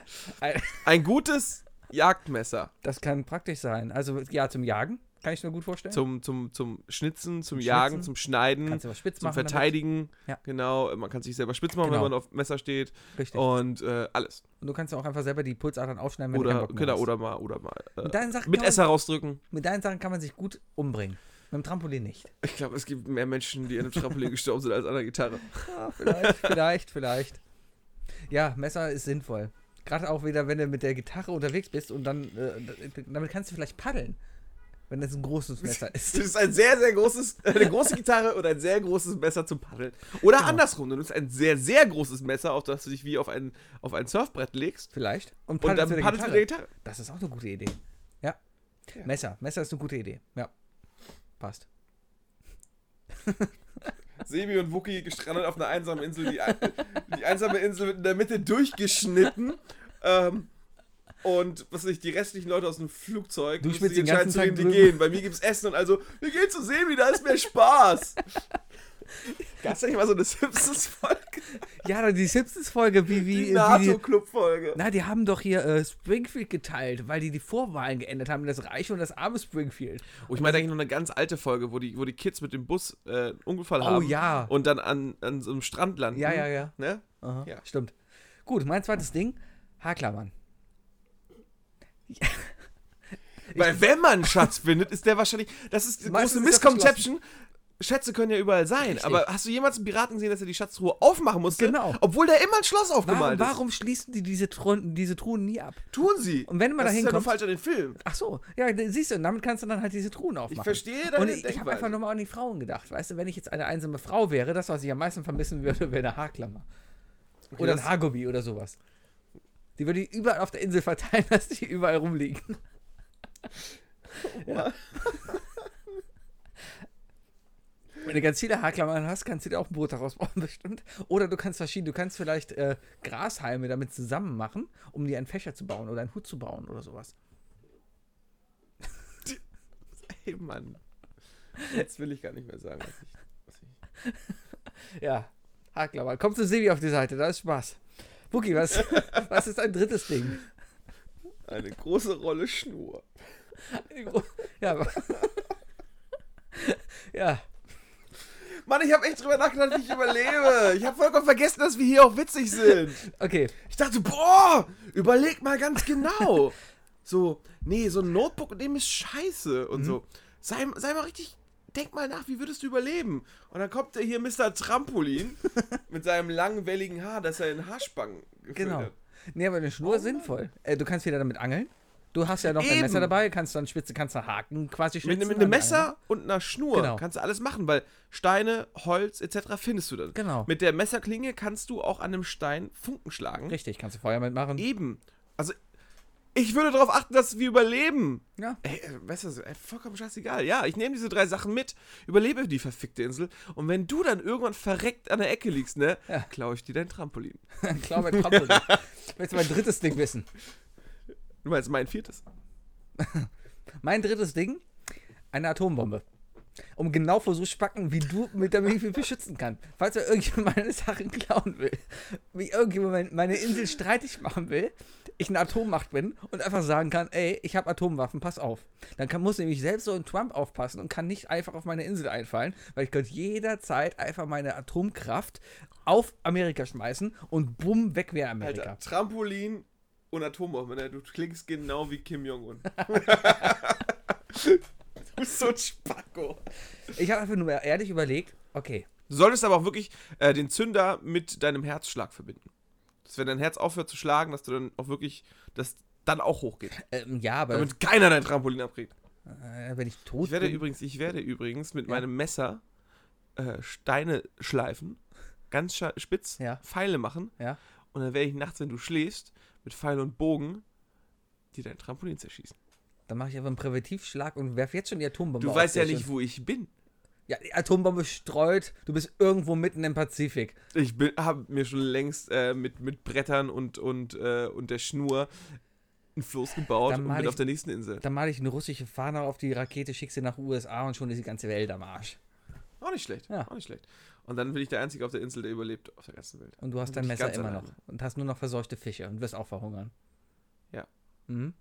S3: Ein gutes Jagdmesser.
S2: das kann praktisch sein. Also, ja, zum Jagen kann ich mir gut vorstellen.
S3: Zum, zum, zum Schnitzen,
S2: Zum
S3: zum Jagen,
S2: Schnitzen.
S3: zum Schneiden,
S2: Kannst du was spitz
S3: zum
S2: machen. damit.
S3: Verteidigen.
S2: Ja.
S3: Genau, man kann sich selber spitz machen,
S2: Genau.
S3: wenn man auf dem Messer steht.
S2: Richtig.
S3: Und äh, alles.
S2: Und du kannst ja auch einfach selber die Pulsadern aufschneiden, wenn du keinen
S3: Oder,
S2: Bock mehr
S3: genau,
S2: hast.
S3: oder mal, oder mal. Äh,
S2: Mit deinen, Sachen
S3: mit
S2: kann man,
S3: Esser rausdrücken.
S2: mit deinen Sachen kann man sich gut umbringen. Mit dem Trampolin nicht.
S3: Ich glaube, es gibt mehr Menschen, die an einem Trampolin gestorben sind, als an der Gitarre.
S2: Ja, vielleicht, vielleicht, vielleicht. Ja, Messer ist sinnvoll. Gerade auch wieder, wenn du mit der Gitarre unterwegs bist und dann, äh, d- damit kannst du vielleicht paddeln. Wenn das ein großes Messer
S3: Das
S2: ist.
S3: ist ein sehr, sehr großes, eine große Gitarre und ein sehr großes Messer zum Paddeln. Oder
S2: Genau.
S3: andersrum, du nimmst ein sehr, sehr großes Messer, auf das du dich wie auf ein, auf ein Surfbrett legst
S2: Vielleicht. Und
S3: und
S2: paddelst
S3: dann
S2: mit der
S3: paddelst du mit
S2: Gitarre.
S3: der Gitarre.
S2: Das ist auch eine gute Idee. Ja.
S3: Ja.
S2: Messer. Messer ist eine gute Idee. Ja. Passt.
S3: Sebi und Wookie gestrandet auf einer einsamen Insel, die, die einsame Insel wird in der Mitte durchgeschnitten. Ähm, und was weiß ich, die restlichen Leute aus dem Flugzeug
S2: Du
S3: müssen
S2: schwitzt
S3: sich
S2: den ganzen
S3: entscheiden, zu
S2: Tag
S3: wem die
S2: drüben.
S3: gehen. Bei mir gibt's Essen und also, wir gehen zu Sebi, da ist mehr Spaß. Gab's da nicht mal so eine Simpsons-Folge?
S2: Ja, die Simpsons-Folge, wie, wie,
S3: Die
S2: wie die,
S3: NATO-Club-Folge.
S2: Na, die haben doch hier äh, Springfield geteilt, weil die die Vorwahlen geändert haben, das reiche und das arme Springfield.
S3: Oh, ich meine eigentlich noch eine ganz alte Folge, wo die, wo die Kids mit dem Bus äh, einen Unfall
S2: Oh,
S3: haben.
S2: ja.
S3: Und dann an, an so einem Strand landen.
S2: Ja, ja, ja.
S3: Ne?
S2: Aha,
S3: Ja.
S2: Stimmt. Gut, mein zweites Ding, Haklermann.
S3: Weil wenn man einen Schatz findet, ist der wahrscheinlich. Das ist die
S2: Meistens
S3: große
S2: ist er
S3: Misconception. Schätze können ja überall sein, aber hast du jemals einen Piraten gesehen, dass er die Schatztruhe aufmachen musste?
S2: Genau.
S3: Obwohl da immer ein Schloss
S2: Warum,
S3: aufgemalt
S2: warum schließen die diese, Truhen, diese Truhen nie ab?
S3: ist. Tun sie.
S2: Und wenn man
S3: das
S2: da
S3: ist ja nur
S2: hinkommt-
S3: falsch an den Film.
S2: Ach so, ja, d- siehst du, und damit kannst du dann halt diese Truhen aufmachen.
S3: verstehe deine
S2: Und ich, ich habe
S3: Denkweise.
S2: einfach nochmal an die Frauen gedacht. Weißt du, wenn ich jetzt eine einsame Frau wäre, das, was ich am meisten vermissen würde, wäre eine Haarklammer. Oder ein
S3: das-
S2: Haargummi oder sowas. Die würde ich überall auf der Insel verteilen, dass die überall rumliegen. Ja. Wenn du ganz viele Haarklammern hast, kannst du dir auch ein Boot daraus bauen, bestimmt. Oder du kannst verschieden, du kannst vielleicht äh, Grashalme damit zusammen machen, um dir einen Fächer zu bauen oder einen Hut zu bauen oder sowas.
S3: Hey Mann. Jetzt will ich gar nicht mehr sagen, was ich. Was ich
S2: Ja, Haarklammern. Komm zu Sebi auf die Seite, da ist Spaß. Buki, was, was ist dein drittes Ding?
S3: eine große Rolle Schnur.
S2: Ja. aber- ja.
S3: Mann, ich habe echt drüber nachgedacht, wie ich überlebe. Ich habe vollkommen vergessen, dass wir hier auch witzig sind.
S2: Okay,
S3: Ich dachte, boah, überleg mal ganz genau. so, nee, so ein Notebook und dem ist scheiße
S2: Mhm.
S3: und so. Sei, sei mal richtig, denk mal nach, wie würdest du überleben? Und dann kommt der hier Mr. Trampolin mit seinem langen, welligen Haar, das er in Haarspangen gefüllt
S2: Genau.
S3: hat.
S2: Nee, aber eine Schnur ist sinnvoll. Äh, du kannst wieder damit angeln. Du hast ja noch dein
S3: Oh. Eben.
S2: Messer dabei, kannst dann Spitze, kannst dann Haken quasi
S3: Mit,
S2: schnitzen.
S3: ne- mit einem
S2: und angeln.
S3: Messer und einer Schnur
S2: Genau.
S3: kannst du alles machen, weil Steine, Holz etc. findest du dann.
S2: Genau.
S3: Mit der Messerklinge kannst du auch an einem Stein Funken schlagen.
S2: Richtig, kannst du Feuer mitmachen.
S3: Eben. Also, ich würde darauf achten, dass wir überleben.
S2: Ja.
S3: Ey, äh, weißt du, so, ey, vollkommen scheißegal. Ja, ich nehme diese drei Sachen mit, überlebe die verfickte Insel und wenn du dann irgendwann verreckt an der Ecke liegst, ne, klaue ich dir dein Trampolin.
S2: Dann klau mein Trampolin. Willst du mein drittes Ding wissen?
S3: Du meinst mein viertes?
S2: Mein drittes Ding, eine Atombombe. Um genau vor so Spacken, wie du mit der mich beschützen kann. Falls er irgendjemand meine Sachen klauen will, wie irgendjemand meine Insel streitig machen will, ich eine Atommacht bin und einfach sagen kann, ey, ich habe Atomwaffen, pass auf. Dann kann, muss nämlich selbst so ein Trump aufpassen und kann nicht einfach auf meine Insel einfallen, weil ich könnte jederzeit einfach meine Atomkraft auf Amerika schmeißen und bumm, weg wäre Amerika.
S3: Alter, Trampolin und Atombombe, ne? Du klingst genau wie Kim Jong-un. du bist so ein Spacko.
S2: Ich habe einfach nur ehrlich überlegt, okay,
S3: Du solltest aber auch wirklich äh, den Zünder mit deinem Herzschlag verbinden. Dass wenn dein Herz aufhört zu schlagen, dass du dann auch wirklich, dass dann auch hochgeht.
S2: ähm, ja, aber
S3: Damit keiner dein Trampolin abkriegt.
S2: äh, wenn ich tot
S3: Ich werde
S2: bin,
S3: übrigens, ich werde übrigens mit
S2: Ja.
S3: meinem Messer äh, Steine schleifen, ganz scha- spitz,
S2: Ja.
S3: Pfeile machen
S2: Ja.
S3: und dann werde ich nachts, wenn du schläfst, mit Pfeil und Bogen dir dein Trampolin zerschießen.
S2: Dann mache ich einfach einen Präventivschlag und werf jetzt schon die Atombombe.
S3: Du
S2: auf
S3: weißt ja
S2: dich
S3: nicht,
S2: und-
S3: wo ich bin.
S2: Ja, die Atombombe streut, du bist irgendwo mitten im Pazifik.
S3: Ich habe mir schon längst äh, mit, mit Brettern und, und, äh, und der Schnur einen Floß gebaut
S2: Dann
S3: und
S2: mal
S3: bin
S2: ich-
S3: auf der nächsten Insel.
S2: Dann male ich eine russische Fahne auf die Rakete, schick sie nach USA und schon ist die ganze Welt am Arsch.
S3: Auch nicht schlecht.
S2: Ja.
S3: Auch nicht schlecht. Und dann bin ich der Einzige auf der Insel, der überlebt auf der ganzen Welt.
S2: Und du hast
S3: Dann
S2: dein
S3: bin ich
S2: Messer
S3: ganz
S2: immer
S3: alleine.
S2: noch. Und hast nur noch verseuchte Fische und wirst auch verhungern.
S3: Ja.
S2: Mhm.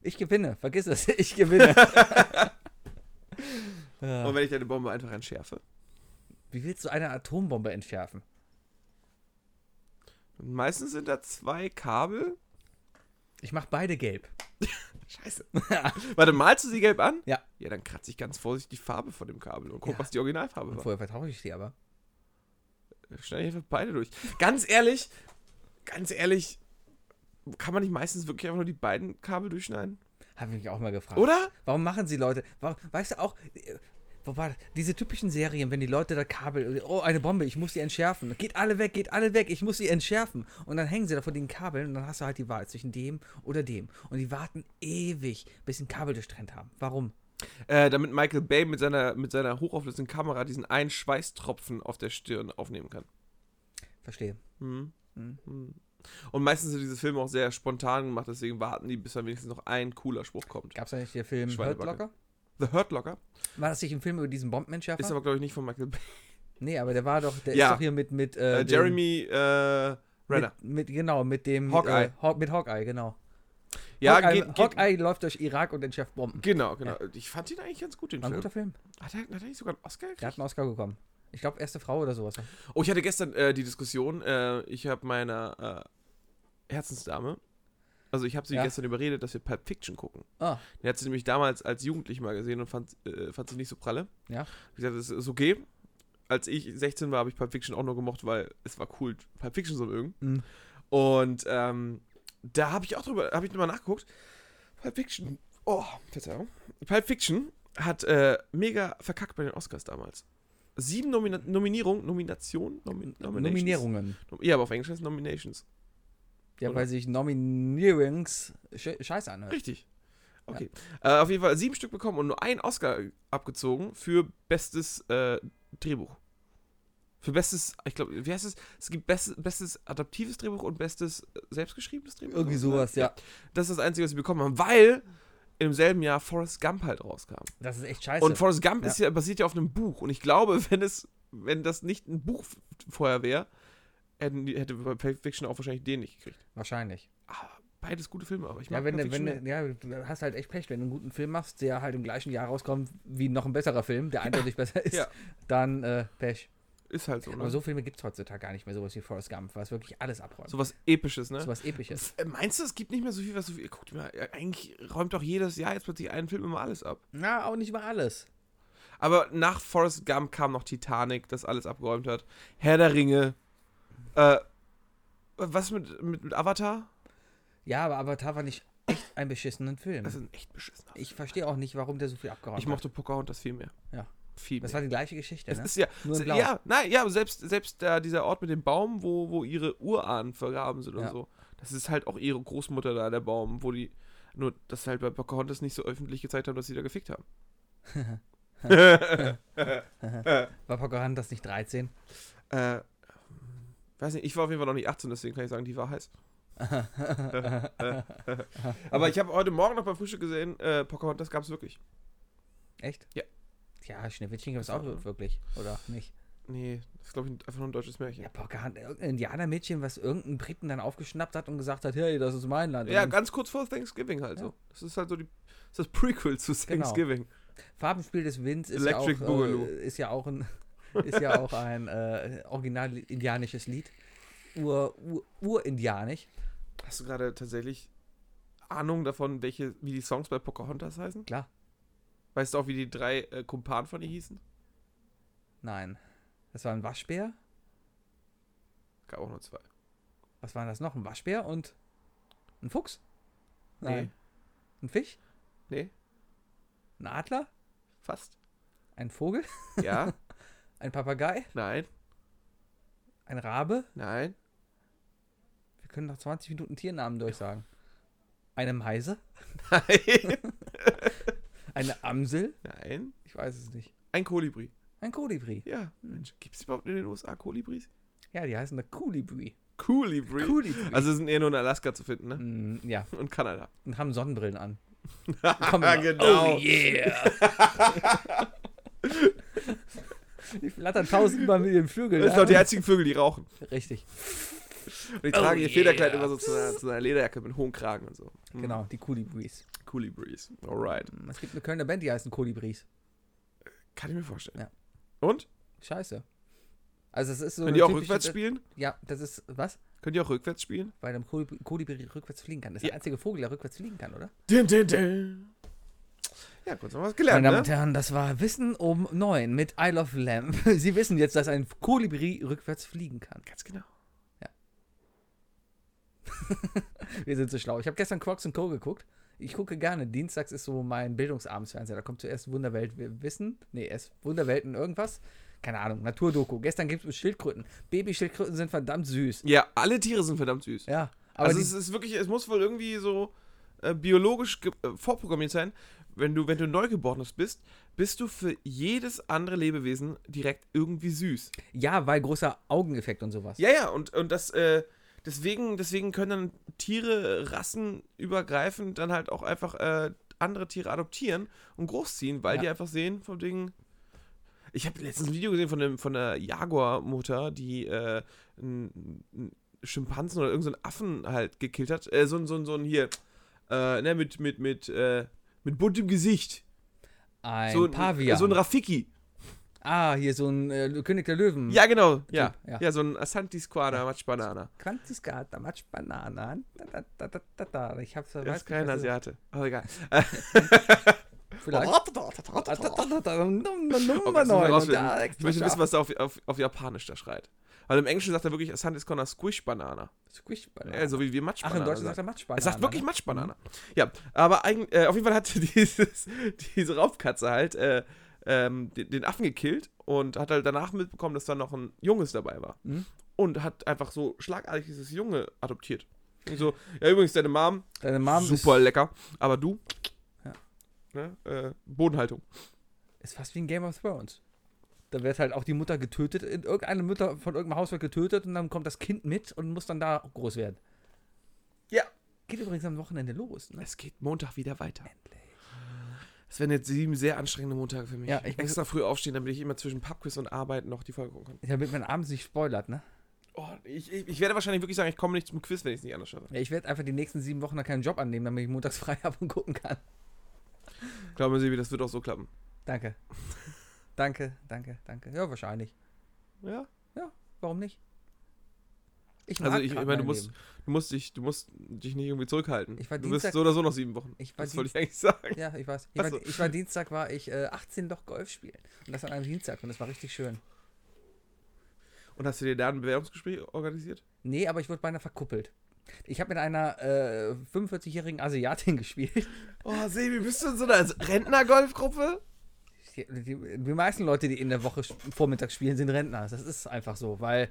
S2: Ich gewinne, vergiss es, ich gewinne. Ja.
S3: Und wenn ich deine Bombe einfach entschärfe,
S2: Wie willst du eine Atombombe entschärfen?
S3: meistens sind da zwei Kabel.
S2: Ich mache beide gelb.
S3: Scheiße. Warte, malst du sie gelb an?
S2: Ja.
S3: Ja, dann kratze ich ganz vorsichtig die Farbe von dem Kabel und guck,
S2: Ja.
S3: was die Originalfarbe
S2: Und
S3: war.
S2: vorher vertausche ich die aber.
S3: Schneide ich einfach beide durch. Ganz ehrlich, ganz ehrlich, kann man nicht meistens wirklich einfach nur die beiden Kabel durchschneiden?
S2: Hab ich mich auch mal gefragt.
S3: Oder?
S2: Warum machen sie Leute? Warum, weißt du auch, äh, wo war das? diese typischen Serien, wenn die Leute da Kabel, oh, eine Bombe, ich muss die entschärfen. Geht alle weg, geht alle weg, ich muss sie entschärfen. Und dann hängen sie da vor den Kabeln und dann hast du halt die Wahl zwischen dem oder dem. Und die warten ewig, bis sie ein Kabel durchtrennt haben. Warum?
S3: Äh, damit Michael Bay mit seiner, mit seiner hochauflösenden Kamera diesen einen Schweißtropfen auf der Stirn aufnehmen kann.
S2: Verstehe.
S3: Mhm.
S2: Mhm.
S3: Mhm. Und meistens sind diese Filme auch sehr spontan gemacht, deswegen warten die, bis dann wenigstens noch ein cooler Spruch kommt.
S2: Gab es da nicht den Film Hurt
S3: Schweinebacke.
S2: Locker?
S3: The Hurt Locker
S2: War das nicht ein Film über diesen Bombenentschärfer?
S3: ist aber, glaube ich, nicht von Michael Bay.
S2: nee, aber der war doch, der
S3: Ja.
S2: ist doch hier mit, mit äh,
S3: Äh,
S2: dem-
S3: Jeremy äh, Renner.
S2: Mit, mit, genau, mit dem
S3: Hawkeye.
S2: Äh, Haw mit Hawkeye, genau.
S3: Ja,
S2: Hawkeye,
S3: geht, geht,
S2: Hawkeye läuft durch Irak und entschärft Bomben.
S3: Genau, genau. Ich fand ihn eigentlich ganz gut, den
S2: War ein
S3: Film.
S2: guter Film.
S3: Hat er, hat er nicht sogar einen Oscar
S2: Der
S3: gekriegt?
S2: hat einen Oscar bekommen. Ich glaube, erste Frau oder sowas.
S3: Oh, ich hatte gestern äh, die Diskussion, äh, ich habe meiner äh, Herzensdame, also ich habe sie
S2: Ja.
S3: gestern überredet, dass wir Pulp Fiction gucken.
S2: Ah,
S3: Die hat sie nämlich damals als Jugendlich mal gesehen und fand, äh, fand sie nicht so pralle.
S2: Ja.
S3: Ich gesagt, das ist okay. Als ich 16 war, habe ich Pulp Fiction auch nur gemocht, weil es war cool, Pulp Fiction zu mögen.
S2: Mhm.
S3: Und ähm, da habe ich auch drüber, habe ich nochmal nachgeguckt. Pulp Fiction, oh, Verzeihung. Pulp Fiction hat äh, mega verkackt bei den Oscars damals. Sieben Nomina Nominierungen, Nominationen, Nomi Nominations?
S2: Nominierungen.
S3: Nom- Ja, aber auf Englisch heißt es Nominations.
S2: Ja,
S3: Oder?
S2: weil sich Nominierungs sche- scheiße anhört.
S3: Richtig. Okay. Äh, auf jeden Fall sieben Stück bekommen und nur einen Oscar abgezogen für bestes äh, Drehbuch. Für bestes, ich glaube, wie heißt es? Es gibt bestes, bestes adaptives Drehbuch und bestes äh, selbstgeschriebenes Drehbuch.
S2: Irgendwie sowas, ja.
S3: Das ist das Einzige, was sie bekommen haben, weil im selben Jahr Forrest Gump halt rauskam.
S2: Das ist echt scheiße.
S3: Und Forrest
S2: Also,
S3: Gump
S2: Ja.
S3: Ist ja, basiert ja auf einem Buch. Und ich glaube, wenn es, wenn das nicht ein Buch f- vorher wäre, hätten die- hätte Pulp Fiction auch wahrscheinlich den nicht gekriegt.
S2: Wahrscheinlich.
S3: Aber beides gute Filme, aber ich
S2: Ja,
S3: mag
S2: wenn,
S3: Pulp
S2: du-
S3: Fiction
S2: wenn,
S3: mehr.
S2: du- ja, du hast halt echt Pech, wenn du einen guten Film machst, der halt im gleichen Jahr rauskommt wie noch ein besserer Film, der eindeutig besser ist,
S3: Ja.
S2: dann äh, Pech.
S3: Ist halt so, ne?
S2: Aber so Filme gibt es heutzutage gar nicht mehr, sowas wie Forrest Gump, was wirklich alles abräumt. So,
S3: Sowas episches, ne?
S2: was Episches.
S3: Äh, Meinst du, es gibt nicht mehr so viel, was so viel. Guck dir mal, äh, eigentlich räumt doch jedes Jahr jetzt plötzlich einen Film immer alles ab.
S2: Na, auch nicht über alles.
S3: Aber nach Forrest Gump kam noch Titanic, das alles abgeräumt hat. Herr der Ringe. Äh, was mit, mit, mit Avatar?
S2: Ja, aber Avatar war nicht echt ein beschissenen Film.
S3: Das ist ein echt beschissener Film.
S2: ich verstehe auch nicht, warum der so viel abgeräumt
S3: Ich mochte Pocahontas viel mehr.
S2: Ja.
S3: Viel
S2: hat. Das
S3: mehr.
S2: war die gleiche Geschichte,
S3: Es
S2: ne?
S3: ist ja,
S2: Nur in
S3: se-
S2: Blau.
S3: ja, nein, ja, aber selbst, selbst äh, dieser Ort mit dem Baum, wo, wo ihre Urahnen vergraben sind und
S2: Ja.
S3: so. Das ist halt auch ihre Großmutter da, der Baum, wo die, nur, dass halt bei Pocahontas nicht so öffentlich gezeigt haben, dass sie da gefickt haben.
S2: War Pocahontas nicht 13?
S3: Äh, weiß nicht, ich war auf jeden Fall noch nicht 18, deswegen kann ich sagen, die war heiß. Aber ich habe heute Morgen noch beim Frühstück gesehen, äh, Pocahontas gab es wirklich.
S2: Echt?
S3: Ja.
S2: Ja, Schneewittchen gibt es auch wirklich, oder nicht?
S3: Nee, das ist, glaube ich, einfach nur ein deutsches Märchen.
S2: Ja, Pocahontas, irgendein Indianermädchen, was irgendein Briten dann aufgeschnappt hat und gesagt hat, hey, das ist mein Land.
S3: Ja,
S2: Und
S3: ganz kurz vor Thanksgiving halt so.
S2: Ja.
S3: Das ist halt so die, das ist das Prequel zu
S2: Genau.
S3: Thanksgiving.
S2: Farbenspiel des Winds ist
S3: Electric
S2: ja auch,
S3: Boogaloo.
S2: äh, ist ja auch ein, ist ja auch ein äh, original indianisches Lied. Ur- Ur- Urindianisch,
S3: Hast du gerade tatsächlich Ahnung davon, welche, wie die Songs bei Pocahontas heißen?
S2: klar.
S3: Weißt du auch, wie die drei äh, Kumpanen von ihr hießen?
S2: Nein. Das war ein Waschbär.
S3: Gab auch nur zwei.
S2: Was waren das noch? Ein Waschbär und ein Fuchs? Nein.
S3: Nee.
S2: Ein Fisch?
S3: Nee,
S2: Ein Adler?
S3: fast.
S2: Ein Vogel?
S3: Ja,
S2: Ein Papagei?
S3: nein,
S2: Ein Rabe?
S3: nein,
S2: Wir können nach 20 Minuten Tiernamen durchsagen. Eine Meise?
S3: nein,
S2: Eine Amsel?
S3: nein.
S2: Ich weiß es nicht.
S3: Ein Kolibri.
S2: Ein Kolibri.
S3: Ja, Mensch, gibt es überhaupt in den USA Kolibris?
S2: Ja, die heißen da Kolibri.
S3: Kolibri.
S2: Kolibri.
S3: Also sind eher nur in Alaska zu finden, ne?
S2: Mm, ja,
S3: Und Kanada.
S2: und haben Sonnenbrillen an. Komm
S3: Ah,
S2: immer,
S3: genau.
S2: Oh yeah. die flattern tausendmal mit ihren Flügeln.
S3: Das sind
S2: ja.
S3: doch die einzigen Vögel, die rauchen.
S2: Richtig,
S3: Und die tragen ihr
S2: Oh, yeah.
S3: Federkleid immer so zu einer, zu einer Lederjacke mit hohen Kragen und so. Hm.
S2: genau, die Kolibris.
S3: Kolibris. Alright.
S2: Es gibt eine Kölner Band, die heißen Kolibris.
S3: Kann ich mir vorstellen.
S2: Ja.
S3: Und?
S2: Scheiße. Also es ist so
S3: Können
S2: eine
S3: die auch
S2: typische-
S3: rückwärts spielen?
S2: Ja, das ist, was?
S3: Können die auch rückwärts spielen?
S2: Weil ein Kolibri, Kolibri rückwärts fliegen kann. Das ist
S3: Ja.
S2: der einzige Vogel, der rückwärts fliegen kann, oder?
S3: Din, din, din. Ja, kurz haben wir was gelernt,
S2: Meine Damen
S3: ne?
S2: und Herren, das war Wissen um 9 mit I Love Lamp. Sie wissen jetzt, dass ein Kolibri rückwärts fliegen kann.
S3: Ganz genau.
S2: Wir sind so schlau. Ich habe gestern Quarks Co. geguckt. Ich gucke gerne. Dienstags ist so mein Bildungsabendsfernseher. Da kommt zuerst Wunderwelt wir Wissen. Nee, erst Wunderwelten irgendwas. Keine Ahnung, Naturdoku. Gestern gibt es Schildkröten. Babyschildkröten sind verdammt süß.
S3: Ja, alle Tiere sind verdammt süß.
S2: Ja, aber
S3: also
S2: die,
S3: es ist wirklich, es muss wohl irgendwie so äh, biologisch ge- äh, vorprogrammiert sein, wenn du, wenn du Neugeborenes bist, bist du für jedes andere Lebewesen direkt irgendwie süß.
S2: ja, weil großer Augeneffekt und sowas.
S3: Ja, ja, und, und das, äh, deswegen, deswegen können dann Tiere äh, rassenübergreifend dann halt auch einfach äh, andere Tiere adoptieren und großziehen, weil
S2: Ja.
S3: die einfach sehen, von Dingen. Ich habe letztens ein Video gesehen von, dem, von der Jaguar-Mutter, die äh, einen einen Schimpansen oder irgendeinen so einen Affen halt gekillt hat. Äh, so, ein- so, ein- so ein hier, äh, ne, mit, mit, mit, äh, mit buntem Gesicht.
S2: Ein
S3: so,
S2: Pavian.
S3: so ein Rafiki.
S2: ah, hier so ein äh, König der Löwen.
S3: Ja, genau. Ja,
S2: Typ,
S3: ja.
S2: ja.
S3: so ein Asanti Squada, ja. Matsch Banana.
S2: Quantiscata, Matsch, Bananen. Da, da, da, da, da, da. Ich hab's
S3: Das ist kein
S2: ja.
S3: Asiate. Aber egal.
S2: Vielleicht. Da, da, da, da, da, Nummer
S3: das müssen wir
S2: neun. Und
S3: rausfinden.
S2: der Alex
S3: Ich möchte
S2: Fischer.
S3: wissen, was er auf, auf, auf Japanisch da schreit. Weil im Englischen sagt er wirklich, Asante ist Connor Squish Banana.
S2: Squish Banane.
S3: Äh, so wie wir
S2: Ach,
S3: Matschbanane.
S2: in Deutschland sagt
S3: sagen.
S2: er Matschbanane.
S3: Er sagt wirklich
S2: ne?
S3: Matschbanane. Ja, aber eigen, äh, auf jeden Fall hat dieses, diese Raubkatze halt äh, ähm, den, den Affen gekillt und hat halt danach mitbekommen, dass da noch ein Junges dabei war.
S2: Mhm.
S3: Und hat einfach so schlagartig dieses Junge adoptiert. Und so, ja, übrigens, deine Mom,
S2: Deine Mom
S3: super lecker. Aber du,
S2: Ja.
S3: ne, äh, Bodenhaltung.
S2: Ist, ist fast wie in Game of Thrones. Da wird halt auch die Mutter getötet, in- irgendeine Mutter von irgendeinem Haus wird getötet und dann kommt das Kind mit und muss dann da groß werden.
S3: Ja.
S2: Geht übrigens am Wochenende los, ne?
S3: Es geht Montag wieder weiter. Es werden jetzt sieben sehr anstrengende Montage für mich.
S2: Ja, ich muss-
S3: extra früh aufstehen, damit ich immer zwischen Pubquiz und Arbeiten noch die Folge gucken kann.
S2: Damit man abends nicht spoilert, ne?
S3: Oh, ich, ich, ich werde wahrscheinlich wirklich sagen, ich komme nicht zum Quiz, wenn ich es nicht anders schaffe.
S2: Ja, ich werde einfach die nächsten sieben Wochen da keinen Job annehmen, damit ich montags frei habe und gucken kann.
S3: Glauben Sie mir, das wird auch so klappen.
S2: Danke. danke, danke, danke. Ja, wahrscheinlich.
S3: Ja.
S2: Warum nicht? Ich
S3: Also
S2: mag
S3: ich, ich
S2: grad
S3: meine, du
S2: mein
S3: musst,
S2: Leben.
S3: du musst dich, du musst dich nicht irgendwie zurückhalten.
S2: Ich war
S3: du bist
S2: Dienstag-
S3: so oder so noch sieben Wochen.
S2: Ich war
S3: Was wollte ich eigentlich sagen?
S2: Ja, ich weiß. Ich war,
S3: Ach so.
S2: ich war Dienstag, war ich äh, 18 Loch Golf spielen. Und das an einem Dienstag und das war richtig schön.
S3: Und hast du dir da ein Bewerbungsgespräch organisiert?
S2: Nee, aber ich wurde beinahe verkuppelt. Ich habe mit einer äh, 45-jährigen Asiatin gespielt.
S3: Oh, Sebi, bist du in so einer Rentner-Golfgruppe?
S2: Die, die, die meisten Leute, die in der Woche sch- vormittags spielen, sind Rentner. Das ist einfach so, weil.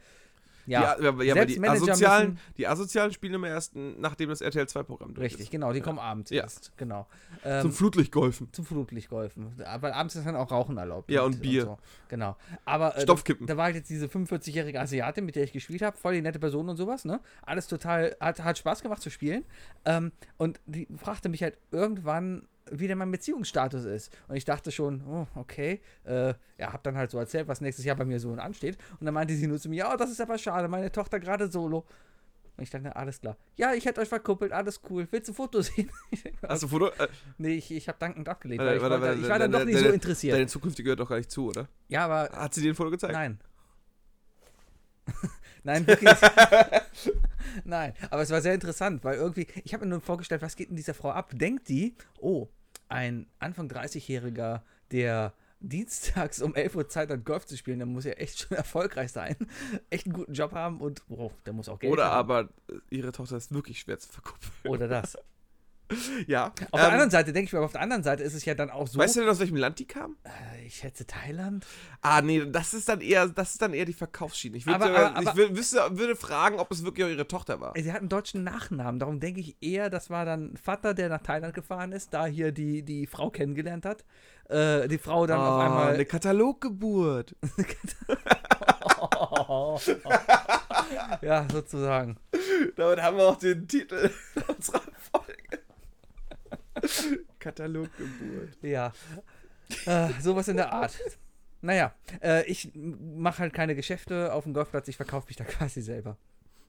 S2: Ja,
S3: die, ja, ja aber
S2: selbst
S3: die
S2: Manager
S3: asozialen,
S2: müssen-
S3: die asozialen spielen immer erst, n- nachdem das RTL 2-Programm durch
S2: richtig,
S3: ist.
S2: genau. Die kommen abends
S3: Ja.
S2: erst. Genau.
S3: Zum
S2: Ähm,
S3: Flutlichtgolfen.
S2: zum Flutlichtgolfen. Weil abends ist dann auch Rauchen erlaubt.
S3: Ja, und Bier.
S2: so. Genau. Aber äh,
S3: Stoffkippen.
S2: Da war halt jetzt diese 45-jährige Asiatin, mit der ich gespielt habe, voll die nette Person und sowas, ne? Alles total, hat, hat Spaß gemacht zu spielen. Ähm, und die fragte mich halt irgendwann, wie denn mein Beziehungsstatus ist. Und ich dachte schon, oh, okay, äh, ja, hab dann halt so erzählt, was nächstes Jahr bei mir so ansteht. Und dann meinte sie nur zu mir, oh, das ist aber schade, meine Tochter gerade solo. Und ich dachte, alles klar. Ja, ich hätte euch verkuppelt, alles cool. Willst du ein Foto sehen?
S3: Hast du Foto? Äh,
S2: nee, ich, ich habe dankend abgelehnt.
S3: warte,
S2: Weil ich,
S3: warte,
S2: wollte,
S3: warte,
S2: ich war dann
S3: deine-
S2: doch nicht so
S3: deine-
S2: interessiert.
S3: Deine zukünftige gehört doch gar nicht zu, oder?
S2: Ja, aber
S3: Hat sie dir ein Foto gezeigt?
S2: Nein. Nein, wirklich. Nein, aber es war sehr interessant, weil irgendwie, ich habe mir nur vorgestellt, was geht in dieser Frau ab? Denkt die, oh, ein Anfang 30-Jähriger, der dienstags um 11 Uhr Zeit hat, Golf zu spielen, der muss ja echt schon erfolgreich sein, echt einen guten Job haben und, oh, der muss auch Geld
S3: Oder
S2: haben.
S3: aber äh, ihre Tochter ist wirklich schwer zu verkuppeln.
S2: Oder das. Auf
S3: Ja. Ähm,
S2: der anderen Seite denke ich mir, aber auf der anderen Seite ist es ja dann auch so,
S3: Weißt du denn, aus welchem Land die kam?
S2: äh, ich schätze Thailand.
S3: Ah, nee, das ist dann eher, das ist dann eher die Verkaufsschiene. Ich, würde,
S2: Aber-
S3: sogar-
S2: aber-
S3: ich
S2: aber-
S3: wü- wüsste, würde fragen, ob es wirklich auch ihre Tochter war.
S2: Sie hat einen deutschen Nachnamen, darum denke ich eher, das war dann Vater, der nach Thailand gefahren ist, da hier die, die Frau kennengelernt hat. Äh, die Frau dann auf
S3: Ah,
S2: einmal.
S3: eine Kataloggeburt.
S2: ja, sozusagen.
S3: Damit haben wir auch den Titel unserer Folge. Kataloggeburt.
S2: Ja. Äh, sowas in der Art. Naja, äh, ich mache halt keine Geschäfte auf dem Golfplatz, ich verkaufe mich da quasi selber.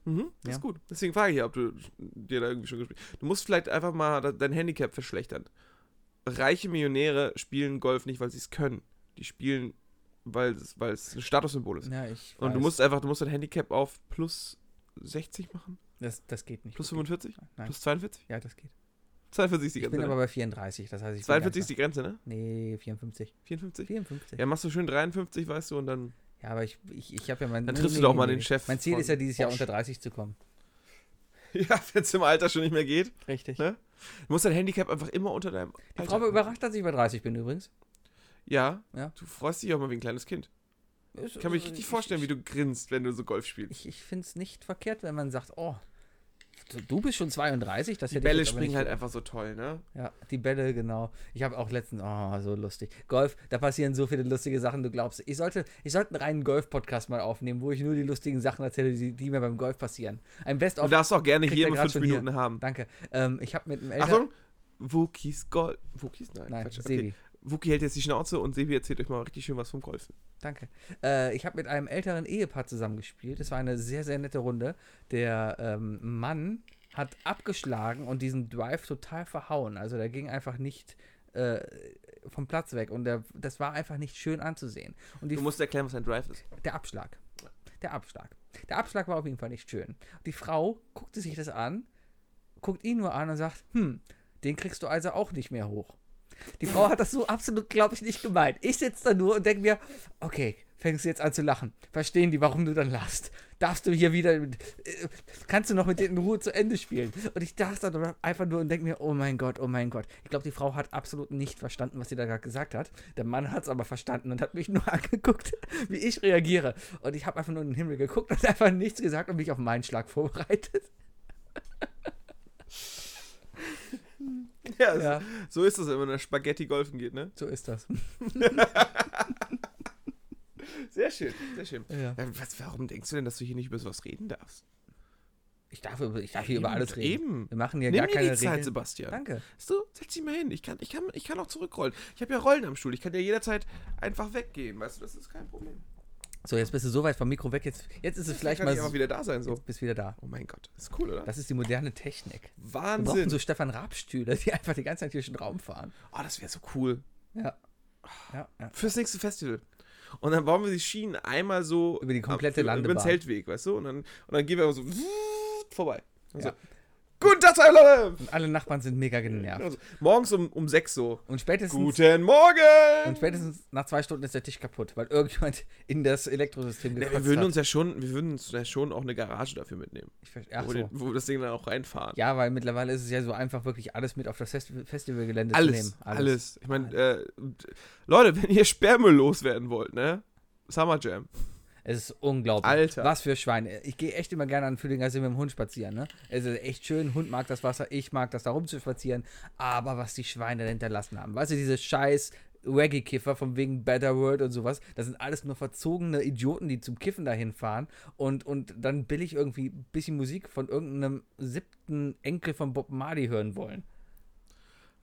S3: Mhm, das
S2: Ja.
S3: ist gut. Deswegen frage ich ja, ob du dir da irgendwie schon gespielt Du musst vielleicht einfach mal da- dein Handicap verschlechtern. Reiche Millionäre spielen Golf nicht, weil sie es können. Die spielen, weil es weil es ein Statussymbol ist.
S2: Ja, ich
S3: Und du
S2: weiß.
S3: musst einfach, du musst dein Handicap auf plus 60 machen?
S2: Das, das geht nicht.
S3: Plus 45?
S2: Nein.
S3: Plus 42?
S2: Ja, das geht.
S3: 42 ist die
S2: Ich bin
S3: Grenze.
S2: aber
S3: Ne?
S2: bei 34, das heißt, ich. bin
S3: 42 ist
S2: gar
S3: die Grenze, ne?
S2: nicht mehr- Nee, 54.
S3: 54?
S2: 54.
S3: Ja, machst du schön 53, weißt du, und dann.
S2: Ja, aber ich, ich, ich habe ja mein.
S3: Dann triffst du doch mal den Chef
S2: Mein Ziel
S3: von
S2: ist ja dieses Jahr
S3: Bosch.
S2: unter 30 zu kommen.
S3: Ja, wenn es im Alter schon nicht mehr geht.
S2: Richtig.
S3: Ne? Du musst dein Handicap einfach immer unter deinem.
S2: Die
S3: Alter
S2: Frau war
S3: haben.
S2: überrascht, dass ich über 30 bin übrigens.
S3: Ja,
S2: Ja.
S3: du freust dich auch mal wie ein kleines Kind. Ich kann mir richtig vorstellen, wie du grinst, wenn du so Golf spielst.
S2: Ich, ich finde es nicht verkehrt, wenn man sagt, oh, du- du bist schon 32, das
S3: Die
S2: hätte ich
S3: Bälle
S2: jetzt aber
S3: springen
S2: nicht
S3: halt
S2: gedacht.
S3: einfach so toll, ne?
S2: Ja, die Bälle, genau. Ich habe auch letztens, oh, so lustig. Golf, da passieren so viele lustige Sachen, du glaubst. Ich sollte, ich sollte einen reinen Golf-Podcast mal aufnehmen, wo ich nur die lustigen Sachen erzähle, die, die mir beim Golf passieren. Ein
S3: Du
S2: Best-of.
S3: darfst auch gerne
S2: kriegt
S3: hier
S2: er
S3: immer
S2: grad
S3: fünf
S2: schon hier.
S3: Minuten haben.
S2: Danke. Ähm, ich habe mit einem Eltern.
S3: Achtung! Wookies Golf. Wookies? Nein,
S2: Nein,
S3: Quatsch.
S2: Sebi.
S3: Okay. Wookie hält jetzt die Schnauze und Sebi erzählt euch mal richtig schön was vom Golfen.
S2: Danke. Äh, ich habe mit einem älteren Ehepaar zusammengespielt. Das war eine sehr, sehr nette Runde. Der ähm, Mann hat abgeschlagen und diesen Drive total verhauen. Also der ging einfach nicht äh, vom Platz weg. Und der, das war einfach nicht schön anzusehen. Und die
S3: Du musst erklären, was ein Drive ist.
S2: der Abschlag. Der Abschlag. Der Abschlag war auf jeden Fall nicht schön. Die Frau guckte sich das an, guckt ihn nur an und sagt, hm, den kriegst du also auch nicht mehr hoch. Die Frau hat das so absolut, glaube ich, nicht gemeint. Ich sitze da nur und denke mir, okay, fängst du jetzt an zu lachen. Verstehen die, warum du dann lachst. Darfst du hier wieder, mit- äh, kannst du noch mit denen in Ruhe zu Ende spielen. Und ich dachte dann einfach nur und denke mir, oh mein Gott, oh mein Gott. Ich glaube, die Frau hat absolut nicht verstanden, was sie da gerade gesagt hat. Der Mann hat es aber verstanden und hat mich nur angeguckt, wie ich reagiere. Und ich habe einfach nur in den Himmel geguckt und einfach nichts gesagt und mich auf meinen Schlag vorbereitet.
S3: Ja,
S2: Ja,
S3: so ist es, wenn man in Spaghetti golfen geht, ne?
S2: so ist das.
S3: Sehr schön, sehr schön.
S2: Ja.
S3: Ja, was, warum denkst du denn, dass du hier nicht über sowas reden darfst?
S2: Ich darf, über- ich darf hier über alles reden.
S3: Eben.
S2: Wir machen hier
S3: Nimm
S2: gar
S3: dir
S2: keine
S3: die Zeit,
S2: Regeln.
S3: Sebastian.
S2: Danke.
S3: So, setz dich mal hin. Ich kann, ich kann, ich kann auch zurückrollen. Ich habe ja Rollen am Stuhl. Ich kann ja jederzeit einfach weggehen. Weißt du, das ist kein Problem.
S2: So, jetzt bist du so weit vom Mikro weg. Jetzt, jetzt ist es
S3: Ich
S2: vielleicht
S3: kann
S2: mal
S3: ich
S2: so.
S3: einfach wieder da sein. So.
S2: Jetzt bist wieder da.
S3: Oh mein Gott, ist cool, oder?
S2: Das ist die moderne Technik. Wir brauchen
S3: Wahnsinn.
S2: so Stefan Raab-Stühle, die einfach die ganze Zeit hier schon Raum fahren.
S3: oh, das wäre so cool.
S2: Ja. Ja, ja.
S3: Fürs nächste Festival. Und dann bauen wir die Schienen einmal so
S2: Über die komplette
S3: ab- Über den
S2: Landebahn.
S3: Zeltweg, weißt du? Und dann, und dann gehen wir so vorbei. Also,
S2: Ja.
S3: Guten Tag, Leute!
S2: Und alle Nachbarn sind mega genervt.
S3: Also, morgens um, um sechs so.
S2: Und spätestens,
S3: Guten Morgen!
S2: und spätestens nach zwei Stunden ist der Tisch kaputt, weil irgendjemand in das Elektrosystem
S3: Ja,
S2: gekotzt
S3: wir würden
S2: hat.
S3: uns ja schon, wir würden uns ja schon auch eine Garage dafür mitnehmen,
S2: ich ver- Ach
S3: wo,
S2: so.
S3: Oh, den- wo das Ding dann auch reinfahren.
S2: Ja, weil mittlerweile ist es ja so einfach, wirklich alles mit auf das Fest Festivalgelände zu nehmen.
S3: alles, alles, Ich meine, äh, Leute, wenn ihr Sperrmüll loswerden wollt, ne? Summer Jam.
S2: Es ist unglaublich.
S3: Alter.
S2: Was für Schweine. Ich gehe echt immer gerne an Füllinger See mit dem Hund spazieren. Ne? Es ist echt schön. Hund mag das Wasser. Ich mag das, da rumzuspazieren. Aber was die Schweine da hinterlassen haben. Weißt du, diese scheiß Reggae-Kiffer von wegen Better World und sowas. Das sind alles nur verzogene Idioten, die zum Kiffen dahin fahren. Und, und dann billig irgendwie ein bisschen Musik von irgendeinem siebten Enkel von Bob Marley hören wollen.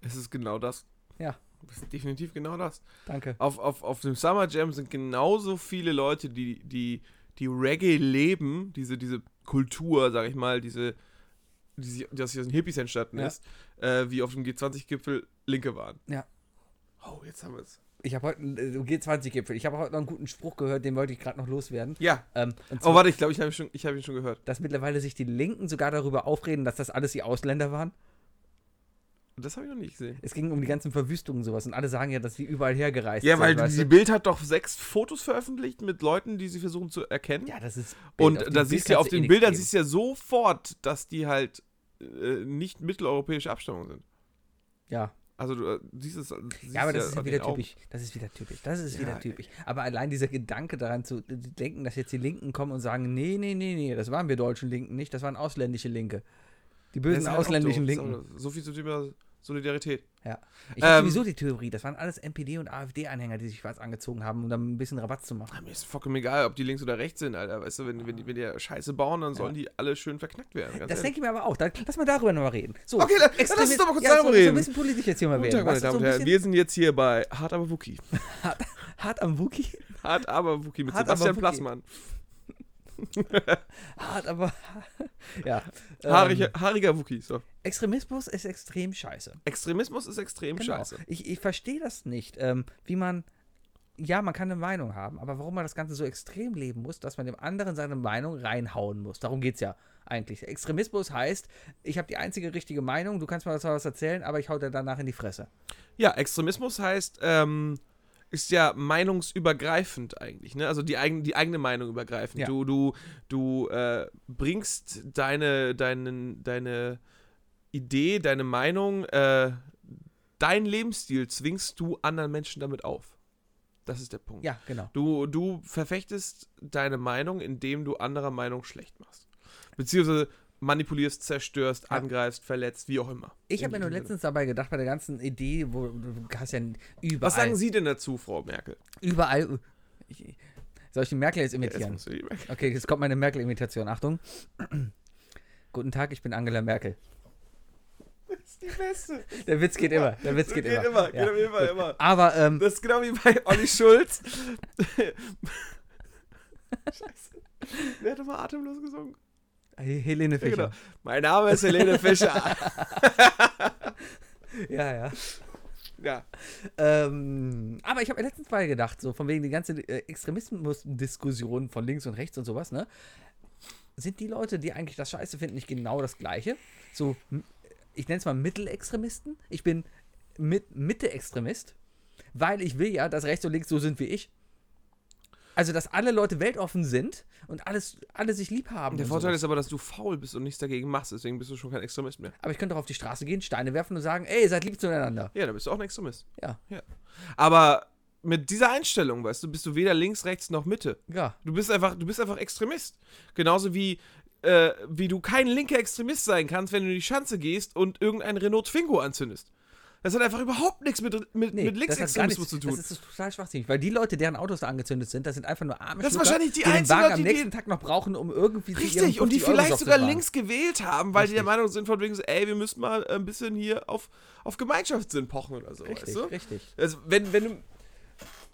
S3: Es ist genau das.
S2: Ja.
S3: Es ist definitiv genau das.
S2: Danke.
S3: Auf, auf, auf dem Summer Jam sind genauso viele Leute, die, die, die Reggae leben, diese, diese Kultur, sag ich mal, diese, die, sich- die aus diesen Hippies entstanden
S2: Ja.
S3: ist, äh, wie auf dem G20-Gipfel Linke waren.
S2: Ja.
S3: Oh, jetzt haben wir es.
S2: Ich habe heute einen äh, G20-Gipfel. Ich habe heute noch einen guten Spruch gehört, den wollte ich gerade noch loswerden.
S3: Ja.
S2: Ähm, und
S3: Oh, warte, ich glaube, ich habe ihn, schon- ich hab ihn schon gehört.
S2: dass mittlerweile sich die Linken sogar darüber aufreden, dass das alles die Ausländer waren.
S3: Das habe ich noch nicht gesehen.
S2: Es ging um die ganzen Verwüstungen und sowas und alle sagen ja, dass sie überall hergereist
S3: Ja,
S2: sind.
S3: weil
S2: weißt
S3: die
S2: du?
S3: Bild hat doch sechs Fotos veröffentlicht mit Leuten, die sie versuchen zu erkennen.
S2: ja, das ist
S3: Und
S2: Auf dem
S3: da
S2: Bild
S3: siehst du ja auf
S2: kannst eh
S3: den
S2: nichts
S3: Bildern
S2: geben.
S3: siehst du ja sofort, dass die halt äh, nicht mitteleuropäische Abstammung sind.
S2: ja.
S3: Also du äh, siehst es. siehst
S2: ja, aber das
S3: es
S2: ist ja
S3: an
S2: wieder
S3: den Augen.
S2: typisch. Das ist wieder typisch. Das ist
S3: Ja,
S2: wieder
S3: ey.
S2: typisch. Aber allein dieser Gedanke daran zu denken, dass jetzt die Linken kommen und sagen, nee, nee, nee, nee, das waren wir deutschen Linken nicht, das waren ausländische Linke. Die
S3: Das
S2: bösen
S3: ist halt auch
S2: ausländischen
S3: doof.
S2: Linken.
S3: So viel zum Thema Solidarität.
S2: Ich habe
S3: Ähm.
S2: sowieso die Theorie, das waren alles NPD und AfD-Anhänger, die sich schwarz angezogen haben, um dann ein bisschen Rabatt zu machen.
S3: Ah, mir ist fucking egal, ob die links oder rechts sind, Alter. Weißt du, wenn, wenn, die, wenn die ja Scheiße bauen, dann sollen die alle schön verknackt werden. ganz
S2: Das
S3: ehrlich.
S2: denke ich mir aber auch. Dann, lass mal darüber nochmal reden. So,
S3: Okay, dann- dann lass uns
S2: Extremist-
S3: doch mal kurz
S2: ja,
S3: darüber
S2: so, So
S3: reden.
S2: ein bisschen politisch jetzt hier mal
S3: Guten
S2: werden.
S3: Tag, meine
S2: Weißt du,
S3: Damen
S2: so
S3: und
S2: ein
S3: Herren.
S2: bisschen
S3: Wir sind jetzt hier bei Hart aber Wookie.
S2: Hart am Wookie.
S3: Hart aber Wookie mit
S2: Hart aber
S3: Sebastian
S2: Wookie.
S3: Plassmann.
S2: Hart, aber. ja. Ähm,
S3: Haariger, haariger Wookie. So.
S2: Extremismus ist extrem scheiße.
S3: Extremismus ist extrem
S2: Genau.
S3: scheiße.
S2: Ich, ich verstehe das nicht, ähm, wie man. Ja, man kann eine Meinung haben, aber warum man das Ganze so extrem leben muss, dass man dem anderen seine Meinung reinhauen muss. Darum geht es ja eigentlich. Extremismus heißt, ich habe die einzige richtige Meinung, du kannst mir zwar was erzählen, aber ich hau dir danach in die Fresse.
S3: Ja, Extremismus heißt, ähm, ist ja meinungsübergreifend eigentlich, ne? Also die, eigen, die eigene Meinung übergreifend.
S2: Ja.
S3: Du, du, du äh, bringst deine, deinen, deine Idee, deine Meinung, äh, dein Lebensstil zwingst du anderen Menschen damit auf. Das ist der Punkt.
S2: Ja, genau.
S3: Du, du verfechtest deine Meinung, indem du anderer Meinung schlecht machst. Beziehungsweise manipulierst, zerstörst,
S2: Ja.
S3: angreifst, verletzt, wie auch immer.
S2: Ich habe mir nur
S3: Irgendwie-
S2: letztens dabei gedacht, bei der ganzen Idee, wo du hast ja überall.
S3: Was sagen Sie denn dazu, Frau Merkel?
S2: Überall. Ich, soll ich die Merkel jetzt
S3: Ja, jetzt
S2: imitieren?
S3: musst du die Merkel-
S2: okay, jetzt kommt meine Merkel-Imitation. Achtung. Guten Tag, ich bin Angela Merkel.
S3: Das ist die Beste.
S2: Der Witz geht immer. Der Witz geht, immer.
S3: immer, geht
S2: Ja.
S3: auf jeden Fall immer.
S2: Aber ähm,
S3: Das ist genau wie bei Olli Schulz. Scheiße. Wer hat doch mal atemlos gesungen?
S2: Helene
S3: Ja, genau.
S2: Fischer.
S3: Mein Name ist Helene Fischer.
S2: Ja, ja.
S3: ja.
S2: Ähm, aber ich habe mir letztens mal gedacht, so von wegen die ganze äh, Extremismus-Diskussion von links und rechts und sowas, ne? Sind die Leute, die eigentlich das Scheiße finden, nicht genau das Gleiche? So, m- ich nenne es mal Mittelextremisten. Ich bin mit Mitte-Extremist, weil ich will ja, dass rechts und links so sind wie ich. Also, dass alle Leute weltoffen sind und alles, alle sich lieb haben.
S3: Der
S2: und
S3: Vorteil
S2: sowas.
S3: ist aber, dass du faul bist und nichts dagegen machst. Deswegen bist du schon kein Extremist mehr.
S2: aber ich könnte doch auf die Straße gehen, Steine werfen und sagen, ey, seid lieb zueinander.
S3: Ja, dann bist du auch ein Extremist.
S2: Ja,
S3: Aber mit dieser Einstellung, weißt du, bist du weder links, rechts noch Mitte.
S2: ja.
S3: Du bist einfach, du bist einfach Extremist. Genauso wie, äh, wie du kein linker Extremist sein kannst, wenn du in die Schanze gehst und irgendeinen Renault Twingo anzündest. Das hat einfach überhaupt nichts mit, mit,
S2: Nee,
S3: mit
S2: das hat gar nichts-
S3: Linksextremismus zu tun.
S2: Das ist total schwachsinnig, weil die Leute, deren Autos da angezündet sind, das sind einfach nur arme
S3: Das sind
S2: Schlucker,
S3: wahrscheinlich die
S2: den
S3: einzigen
S2: Wagen
S3: Leute,
S2: am
S3: die
S2: nächsten
S3: den-
S2: Tag noch brauchen, um irgendwie zu
S3: Richtig,
S2: ihrem
S3: und die
S2: 50 Euro
S3: vielleicht
S2: Job zu
S3: sogar
S2: fahren.
S3: links gewählt haben, weil die der Meinung sind, von wegen so, ey, wir müssen mal äh, ein bisschen hier auf, auf Gemeinschaftssinn pochen oder so,
S2: Richtig,
S3: weißt du?
S2: richtig.
S3: Also, wenn, wenn du.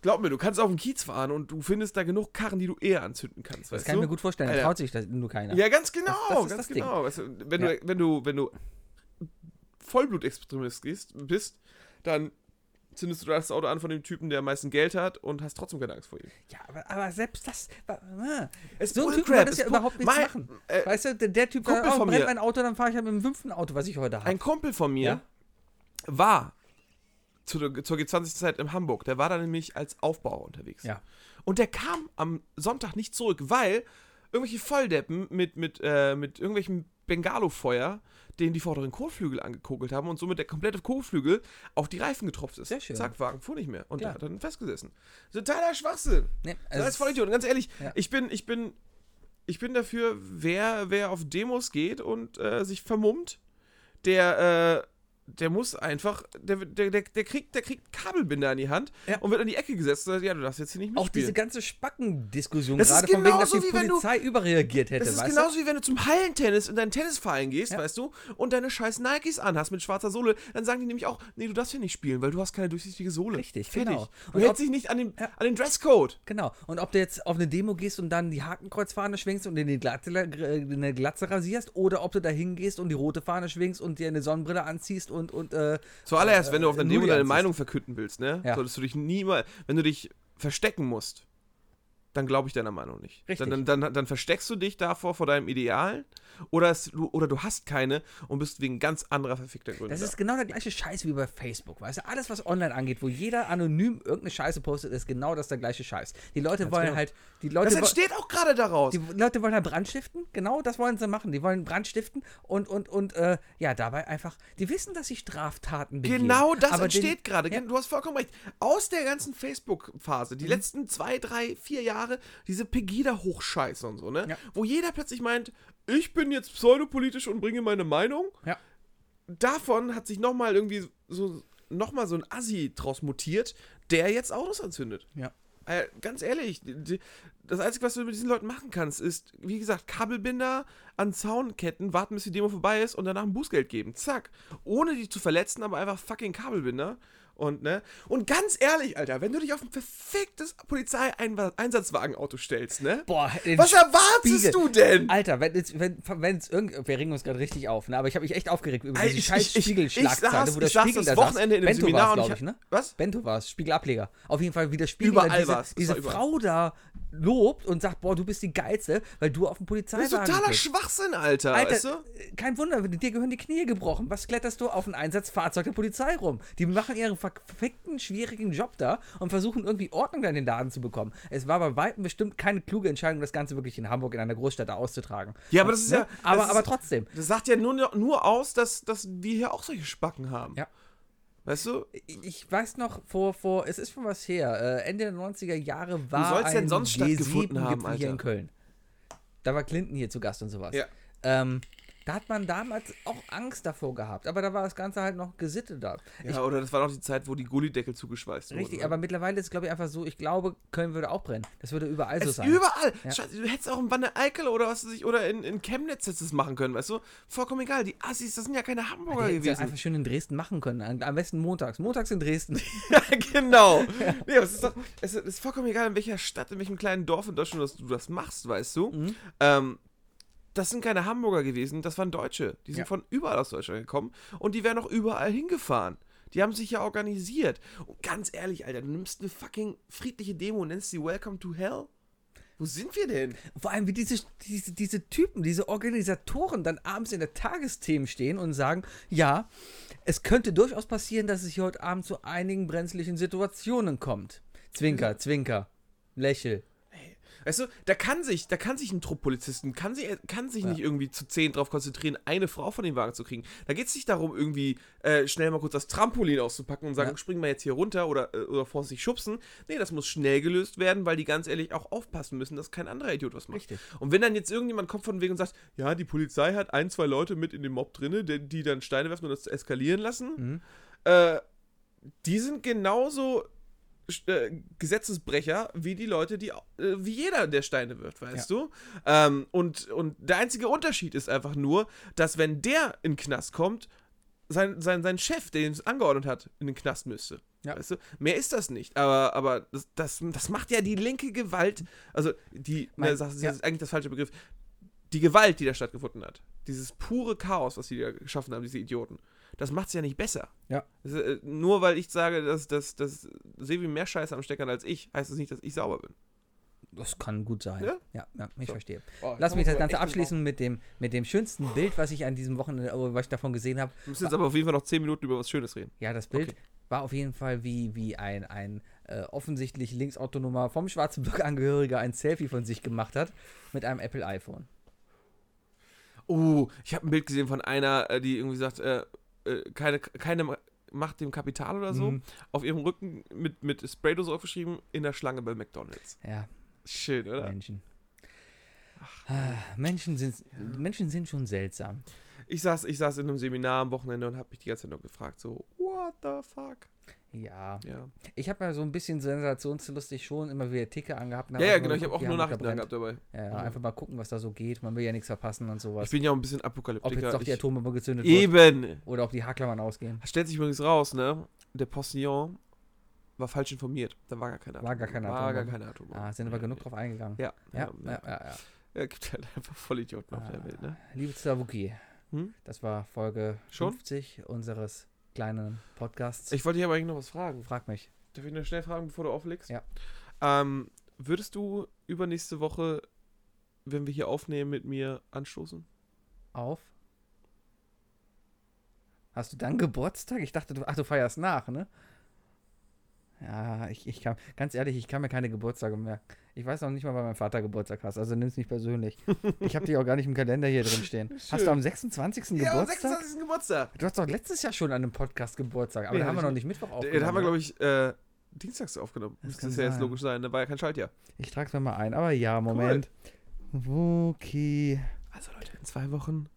S3: Glaub mir, du kannst auf den Kiez fahren und du findest da genug Karren, die du eher anzünden kannst,
S2: Das
S3: weißt
S2: kann
S3: du?
S2: ich mir gut vorstellen, da
S3: Alter.
S2: traut sich das nur keiner.
S3: Ja, ganz genau,
S2: das ist
S3: ganz
S2: das Ding.
S3: genau. Weißt du, wenn, du, wenn du, wenn du Vollblutextremist gehst- bist, dann zündest du das Auto an von dem Typen, der am meisten Geld hat und hast trotzdem keine Angst vor ihm.
S2: Ja, aber, aber selbst das. wa-
S3: Es ist
S2: So ein Typ kann
S3: Bullcrap,
S2: das ja
S3: es ist
S2: überhaupt
S3: Bull-
S2: nichts
S3: Mein-
S2: machen.
S3: äh,
S2: weißt du, der, der Typ
S3: Kumpel
S2: kann auch,
S3: von
S2: brennt
S3: mir.
S2: mein Auto, dann fahre ich halt mit dem fünften Auto, was ich heute habe.
S3: Ein Kumpel von mir
S2: Ja?
S3: war zu, der- zur G20-Zeit in Hamburg. Der war da nämlich als Aufbauer unterwegs.
S2: Ja.
S3: Und der kam am Sonntag nicht zurück, weil irgendwelche Volldeppen mit, mit, äh, mit irgendwelchem Bengalo-Feuer den die vorderen Kotflügel angekokelt haben und somit der komplette Kotflügel auf die Reifen getropft ist.
S2: Sehr schön.
S3: Zack, Wagen fuhr nicht mehr. Und
S2: Klar.
S3: der hat dann festgesessen. Totaler Schwachsinn.
S2: Nee,
S3: Also, das ist voll
S2: Ne, es-
S3: Idiot. Ganz ehrlich,
S2: Ja.
S3: ich bin, ich bin, ich bin dafür, wer, wer auf Demos geht und äh, sich vermummt, der, äh, der muss einfach, der, der, der, der kriegt, der kriegt Kabelbinder in die Hand
S2: Ja.
S3: und wird an die Ecke gesetzt und sagt, ja, du darfst jetzt hier nicht
S2: Auch diese
S3: mitspielen.
S2: ganze Spackendiskussion
S3: Das ist
S2: gerade von wegen, dass
S3: genauso
S2: die
S3: wie wenn du-
S2: Polizei überreagiert hätte,
S3: Das ist
S2: weißt
S3: genauso wie wenn du zum Hallentennis in deinen Tennisverein gehst,
S2: Ja.
S3: weißt du, und deine scheiß Nikes anhast mit schwarzer Sohle, dann sagen die nämlich auch, nee, du darfst hier nicht spielen, weil du hast keine durchsichtige Sohle.
S2: Richtig,
S3: Fertig.
S2: genau.
S3: Du
S2: Und ob-
S3: hältst dich nicht an den, an den Dresscode.
S2: du? Genau. Und ob du jetzt auf eine Demo gehst und dann die Hakenkreuzfahne schwingst und in die Glatze, äh, in der Glatze rasierst oder ob du da hingehst und die rote Fahne schwingst und dir eine Sonnenbrille anziehst und, und äh,
S3: Zuallererst, wenn du auf
S2: äh,
S3: einer Demo
S2: Nulli
S3: deine
S2: anziehst.
S3: Meinung verkünden willst, ne?
S2: Ja.
S3: Solltest du dich niemals, wenn du dich verstecken musst, dann glaube ich deiner Meinung nicht.
S2: Richtig.
S3: Dann, dann, dann, dann versteckst du dich davor vor deinem Ideal oder, es, du, oder du hast keine und bist wegen ganz anderer verfickter Gründe.
S2: Das
S3: da.
S2: ist genau der gleiche Scheiß wie bei Facebook, weißt du? Alles, was online angeht, wo jeder anonym irgendeine Scheiße postet, ist genau das der gleiche Scheiß. Die Leute wollen
S3: genau.
S2: halt, die Leute,
S3: das
S2: wo-
S3: entsteht auch gerade daraus.
S2: die Leute wollen halt Brand stiften, genau das wollen sie machen. Die wollen Brand stiften und, und, und, äh, ja, dabei einfach, die wissen, dass sie Straftaten begehen.
S3: Genau das
S2: aber den-
S3: entsteht gerade.
S2: Ja. Mhm.
S3: Du hast vollkommen recht. Aus der ganzen Facebook-Phase, die letzten zwei, drei, vier Jahre, diese Pegida-Hochscheiße und so, ne?
S2: Ja.
S3: Wo jeder plötzlich meint, ich bin jetzt pseudopolitisch und bringe meine Meinung.
S2: Ja.
S3: Davon hat sich nochmal irgendwie so, nochmal so ein Assi draus mutiert, der jetzt Autos anzündet.
S2: Ja.
S3: Äh, ganz ehrlich, die- die, das Einzige, was du mit diesen Leuten machen kannst, ist, wie gesagt, Kabelbinder an Zaunketten, warten, bis die Demo vorbei ist und danach ein Bußgeld geben. Zack. Ohne die zu verletzen, aber einfach fucking Kabelbinder. Und, ne? Und ganz ehrlich, Alter, wenn du dich auf ein verficktes Polizeieinsatzwagenauto stellst, ne?
S2: Boah, den
S3: was erwartest
S2: Spiegel.
S3: du denn?
S2: Alter, wenn jetzt, wenn, wenn jetzt irgend, wir regen uns gerade richtig auf, ne? Aber ich habe mich echt aufgeregt über
S3: Ey,
S2: diese scheiß
S3: saß-
S2: Spiegelschlagzeile, wo der
S3: ich saß
S2: Spiegel
S3: das
S2: da saß.
S3: Wochenende in dem
S2: Bento
S3: Seminar
S2: war's,
S3: und ich
S2: glaub
S3: hab-
S2: ich, ne?
S3: Was?
S2: Bento war es, Spiegelableger. Auf jeden Fall, wie der Spiegel dann
S3: Überall war's,
S2: diese,
S3: es war
S2: diese
S3: überall.
S2: Frau da lobt und sagt, boah, du bist die Geilste, weil du auf dem
S3: Das ist
S2: Polizeiwagen
S3: totaler
S2: bist.
S3: Schwachsinn, Alter.
S2: Alter,
S3: weißt du?
S2: kein Wunder, dir gehören die Knie gebrochen. Was kletterst du auf ein Einsatzfahrzeug der Polizei rum? Die machen ihren verfickten, schwierigen Job da und versuchen irgendwie Ordnung da in den Laden zu bekommen. Es war bei weitem bestimmt keine kluge Entscheidung, das Ganze wirklich in Hamburg in einer Großstadt da auszutragen.
S3: Ja, aber das ist ja- das
S2: Ne? Aber,
S3: ist-
S2: aber trotzdem.
S3: Das sagt ja nur, nur aus, dass, dass wir hier auch solche Spacken haben.
S2: Ja.
S3: Weißt du?
S2: Ich, ich weiß noch, vor, vor, es ist schon was her, äh, Ende der 90er Jahre war
S3: soll's
S2: ein
S3: denn sonst stattgefunden
S2: G7-Gipfel
S3: haben,
S2: hier
S3: Alter?
S2: in Köln. Da war Clinton hier zu Gast und sowas.
S3: Ja.
S2: Ähm, da hat man damals auch Angst davor gehabt, aber da war das Ganze halt noch gesittet da.
S3: Ja, oder das war noch die Zeit, wo die Gullideckel zugeschweißt wurden.
S2: Richtig,
S3: ne?
S2: aber mittlerweile ist es, glaube ich, einfach so, ich glaube, Köln würde auch brennen. Das würde überall so
S3: Es ist
S2: sein.
S3: überall.
S2: Ja.
S3: Scheiße, du hättest auch in Wanne Eickel oder was weiß ich, oder in, in Chemnitz hättest du es machen können, weißt du? Vollkommen egal. Die Assis, das sind ja keine
S2: Die
S3: Hamburger
S2: hätten sie
S3: gewesen.
S2: einfach schön in Dresden machen können. Am am besten montags. Montags in Dresden.
S3: Ja, genau. Nee, aber es ist doch, es ist- es ist vollkommen egal, in welcher Stadt, in welchem kleinen Dorf in Deutschland dass du das machst, weißt du? Ähm, das sind keine Hamburger gewesen, das waren Deutsche. Die sind
S2: Ja.
S3: von überall aus Deutschland gekommen und die wären auch überall hingefahren. Die haben sich ja organisiert. Und ganz ehrlich, Alter, du nimmst eine fucking friedliche Demo und nennst sie Welcome to Hell? Wo sind wir denn?
S2: Vor allem, wie diese, diese, diese Typen, diese Organisatoren dann abends in der Tagesthemen stehen und sagen, ja, es könnte durchaus passieren, dass es hier heute Abend zu einigen brenzlichen Situationen kommt. Zwinker, Zwinker, Lächel.
S3: Weißt du, da kann sich, da kann sich ein Trupp Polizisten, kann, sie, kann sich nicht irgendwie zu zehn drauf konzentrieren, eine Frau von dem Wagen zu kriegen. Da geht es nicht darum, irgendwie äh, schnell mal kurz das Trampolin auszupacken und sagen,
S2: Ja.
S3: springen wir jetzt hier runter oder, äh, oder vorsichtig schubsen. Nee, das muss schnell gelöst werden, weil die ganz ehrlich auch aufpassen müssen, dass kein anderer Idiot was macht.
S2: Richtig.
S3: Und wenn dann jetzt irgendjemand kommt von wegen und sagt, ja, die Polizei hat ein, zwei Leute mit in dem Mob drinne, die, die dann Steine werfen und das eskalieren lassen, äh, die sind genauso äh, Gesetzesbrecher wie die Leute, die au- äh, wie jeder der Steine wird, weißt du? Ähm, und, und der einzige Unterschied ist einfach nur, dass wenn der in den Knast kommt, sein, sein, sein Chef, der ihn angeordnet hat, in den Knast müsste.
S2: Ja.
S3: Weißt du? Mehr ist das nicht. Aber, aber das, das, das macht ja die linke Gewalt, also die,
S2: Mein-
S3: ne, das, das
S2: ja.
S3: ist eigentlich das falsche Begriff, die Gewalt, die da stattgefunden hat. Dieses pure Chaos, was die da geschaffen haben, diese Idioten. das macht es ja nicht besser.
S2: Ja.
S3: Es, äh, nur weil ich sage, dass, dass, dass Sebi mehr Scheiße am Stecker hat als ich, heißt es das nicht, dass ich sauber bin.
S2: Das kann gut sein.
S3: Ja?
S2: Ja, ja, ich
S3: So. Oh,
S2: verstehe. Lass mich das Ganze abschließen mit dem, mit dem schönsten Bild, was ich an diesem Wochenende, äh, was ich davon gesehen habe.
S3: Wir müssen jetzt aber auf jeden Fall noch 10 Minuten über was Schönes reden.
S2: Ja, das Bild war auf jeden Fall wie, wie ein, ein äh, offensichtlich linksautonomer vom Schwarzen Block Angehöriger ein Selfie von sich gemacht hat mit einem Apple iPhone.
S3: Oh, ich habe ein Bild gesehen von einer, äh, die irgendwie sagt, äh, äh, keine, keine Ma- Macht dem Kapital oder so,
S2: Mhm.
S3: auf ihrem Rücken mit, mit Spraydose aufgeschrieben, in der Schlange bei McDonalds.
S2: Ja,
S3: Schön, oder?
S2: Menschen. Ah, Menschen, sind, Menschen sind schon seltsam.
S3: Ich saß, ich saß in einem Seminar am Wochenende und habe mich die ganze Zeit nur gefragt, so, what the fuck?
S2: Ja.
S3: Ja,
S2: Ich habe ja so ein bisschen sensationslustig schon immer wieder Ticker angehabt.
S3: ja, ja genau, ich habe auch
S2: Ja,
S3: nur
S2: da
S3: Nachrichten
S2: brennt.
S3: gehabt dabei.
S2: Ja, ja, einfach mal gucken, was da so geht. Man will ja nichts verpassen und
S3: Ich
S2: sowas.
S3: bin ja auch ein bisschen
S2: Ob jetzt
S3: Apokalyptiker.
S2: doch die
S3: ich,
S2: Atombombe gezündet wird
S3: eben!
S2: oder ob die Haarklammern ausgehen.
S3: Stellt sich übrigens raus, ne? Der Postillon war falsch informiert. Da war gar keine
S2: War gar keine
S3: War gar
S2: Atombombe.
S3: keine Atombombe.
S2: Ah, sind aber genug drauf eingegangen.
S3: Ja,
S2: Ja, ja, Ah.
S3: ja.
S2: ja. ja,
S3: Ja, gibt halt einfach Vollidioten auf der Welt, ne?
S2: Liebe Slawuki,
S3: Hm?
S2: das war Folge
S3: Schon?
S2: 50 unseres kleinen Podcasts.
S3: Ich wollte dich aber eigentlich noch was fragen.
S2: frag mich.
S3: Darf ich nur schnell fragen, bevor du auflegst?
S2: Ja.
S3: Ähm, würdest du übernächste Woche, wenn wir hier aufnehmen, mit mir anstoßen?
S2: auf. Hast du dann Geburtstag? Ich dachte, du, ach, du feierst nach, ne? Ja, ich, ich kann, ganz ehrlich, ich kann mir keine Geburtstage merken. Ich weiß noch nicht mal, wann mein Vater Geburtstag hat, also nimm's nicht persönlich. Ich habe dich auch gar nicht im Kalender hier drin stehen. Hast du am 26.
S3: Ja, am
S2: Geburtstag?
S3: 26. Geburtstag!
S2: Du hast doch letztes Jahr schon an einem Podcast Geburtstag, aber
S3: Nee,
S2: da
S3: hab
S2: haben wir
S3: ich
S2: noch
S3: nicht.
S2: nicht Mittwoch aufgenommen.
S3: Den haben wir,
S2: ne?
S3: glaube ich, äh, dienstags aufgenommen.
S2: Das
S3: Müsste
S2: kann
S3: es ja jetzt
S2: sein.
S3: logisch sein, da war ja kein Schaltjahr.
S2: Ich trage es mir mal ein, aber ja, Moment. Wookie.
S3: Also Leute, in zwei Wochen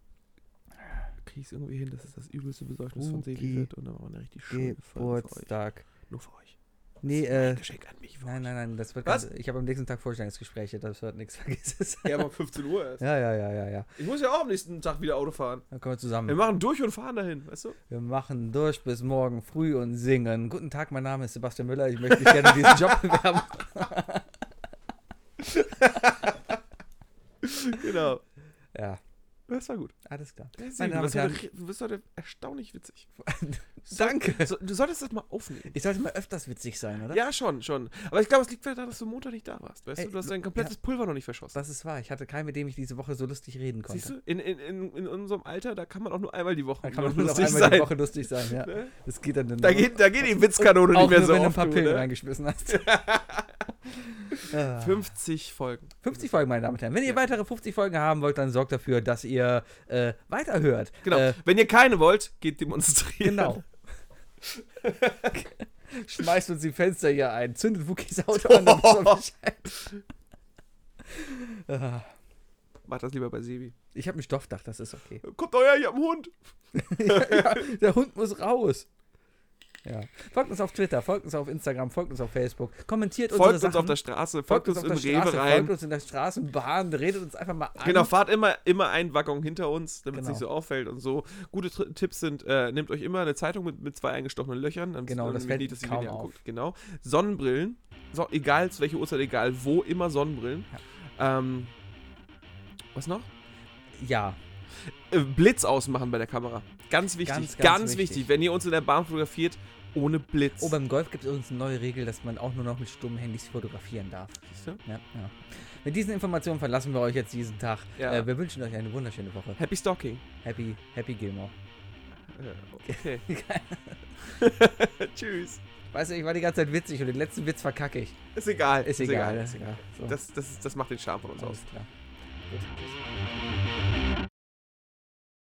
S3: krieg ich es irgendwie hin, dass es das übelste Besäufnis von Sebi
S2: Cooki
S3: wird und dann machen wir eine richtig schöne Folge für euch.
S2: Geburtstag.
S3: Nur für euch.
S2: Nee, äh,
S3: Ein Geschenk an mich. für
S2: Nein,
S3: euch.
S2: nein, nein, das wird
S3: Was?
S2: ganz, Ich habe am nächsten Tag Vorstellungsgespräche, das wird nichts, vergiss es.
S3: Ja, aber um 15 Uhr erst.
S2: Ja, ja, ja, ja, ja.
S3: Ich muss ja auch am nächsten Tag wieder Auto fahren.
S2: Dann kommen wir
S3: Wir
S2: zusammen.
S3: machen durch und fahren dahin, weißt du?
S2: Wir machen durch bis morgen früh und singen. Guten Tag, mein Name ist Sebastian Müller. Ich möchte mich gerne um diesen Job bewerben.
S3: Genau.
S2: Ja,
S3: Das war gut.
S2: alles klar.
S3: Meine Damen und
S2: Herren.
S3: du bist heute erstaunlich witzig.
S2: Danke.
S3: So, du solltest das mal aufnehmen.
S2: Ich sollte mal öfters witzig sein, oder?
S3: Ja, schon, schon. Aber ich glaube, es liegt vielleicht daran, dass du Montag nicht da warst. Weißt
S2: Ey,
S3: du, du hast
S2: du-
S3: dein komplettes Pulver noch nicht verschossen.
S2: Das ist wahr. Ich hatte keinen, mit dem ich diese Woche so lustig reden konnte.
S3: Siehst du, in, in, in, in unserem Alter, da kann man auch nur einmal die Woche
S2: Da kann man
S3: noch
S2: nur noch einmal die Woche lustig sein, ja.
S3: Ne?
S2: Das geht dann
S3: Da geht, da geht die Witzkanone
S2: Mhm. auch
S3: nicht mehr
S2: nur,
S3: so
S2: wenn du ein
S3: oft.
S2: paar
S3: du,
S2: Pillen
S3: ne?
S2: reingeschmissen hast. Ah.
S3: 50 Folgen.
S2: 50 Folgen, meine Damen und Herren. Wenn ihr weitere 50 Folgen haben wollt, dann sorgt dafür, dass ihr äh, weiterhört.
S3: Genau.
S2: Äh,
S3: Wenn ihr keine wollt, geht demonstrieren.
S2: genau. Schmeißt uns die Fenster hier ein, zündet Wookies Auto an. dann wissen wir Bescheid. Ah,
S3: Macht das lieber bei Sebi.
S2: ich habe ein Stoffdach, das ist okay.
S3: Kommt euer, ich hab einen Hund.
S2: ja, der Hund muss raus. Ja. Folgt uns auf Twitter, folgt uns auf Instagram, folgt uns auf Facebook, kommentiert unsere
S3: Folgt
S2: Sachen.
S3: uns auf der Straße, folgt, uns,
S2: auf
S3: im
S2: der Straße,
S3: Rewe rein.
S2: folgt uns in der Straßenbahn, redet uns einfach mal an.
S3: Genau, fahrt immer, immer einen Waggon hinter uns, damit es
S2: Genau.
S3: nicht so auffällt und so. Gute Tr Tipps sind, äh, nehmt euch immer eine Zeitung mit, mit zwei eingestochenen Löchern, dann
S2: Genau,
S3: dann
S2: das
S3: nämlich
S2: fällt
S3: dass ihr
S2: kaum
S3: die nicht
S2: auf.
S3: anguckt. Genau. Sonnenbrillen, so, egal zu welcher Uhrzeit, egal wo, immer Sonnenbrillen. Ähm, was noch?
S2: Ja,
S3: Äh, Blitz ausmachen bei der Kamera. Ganz wichtig, ganz,
S2: Ganz, ganz
S3: wichtig.
S2: wichtig.
S3: Wenn ihr uns in der Bahn fotografiert, ohne Blitz.
S2: oh, beim Golf gibt es übrigens eine neue Regel, dass man auch nur noch mit stummen Handys fotografieren darf.
S3: Siehst du?
S2: Ja, ja. Mit diesen Informationen verlassen wir euch jetzt diesen Tag.
S3: Ja.
S2: Äh, wir wünschen euch eine wunderschöne Woche.
S3: Happy Stalking.
S2: Happy, happy Gilmore.
S3: Äh, Okay. Tschüss.
S2: Weißt du, ich war die ganze Zeit witzig und den letzten Witz verkacke ich.
S3: Ist egal.
S2: Ist egal, ist egal. So,
S3: Das, das, ist- das macht den Charme von uns aus.
S2: alles klar. Gut.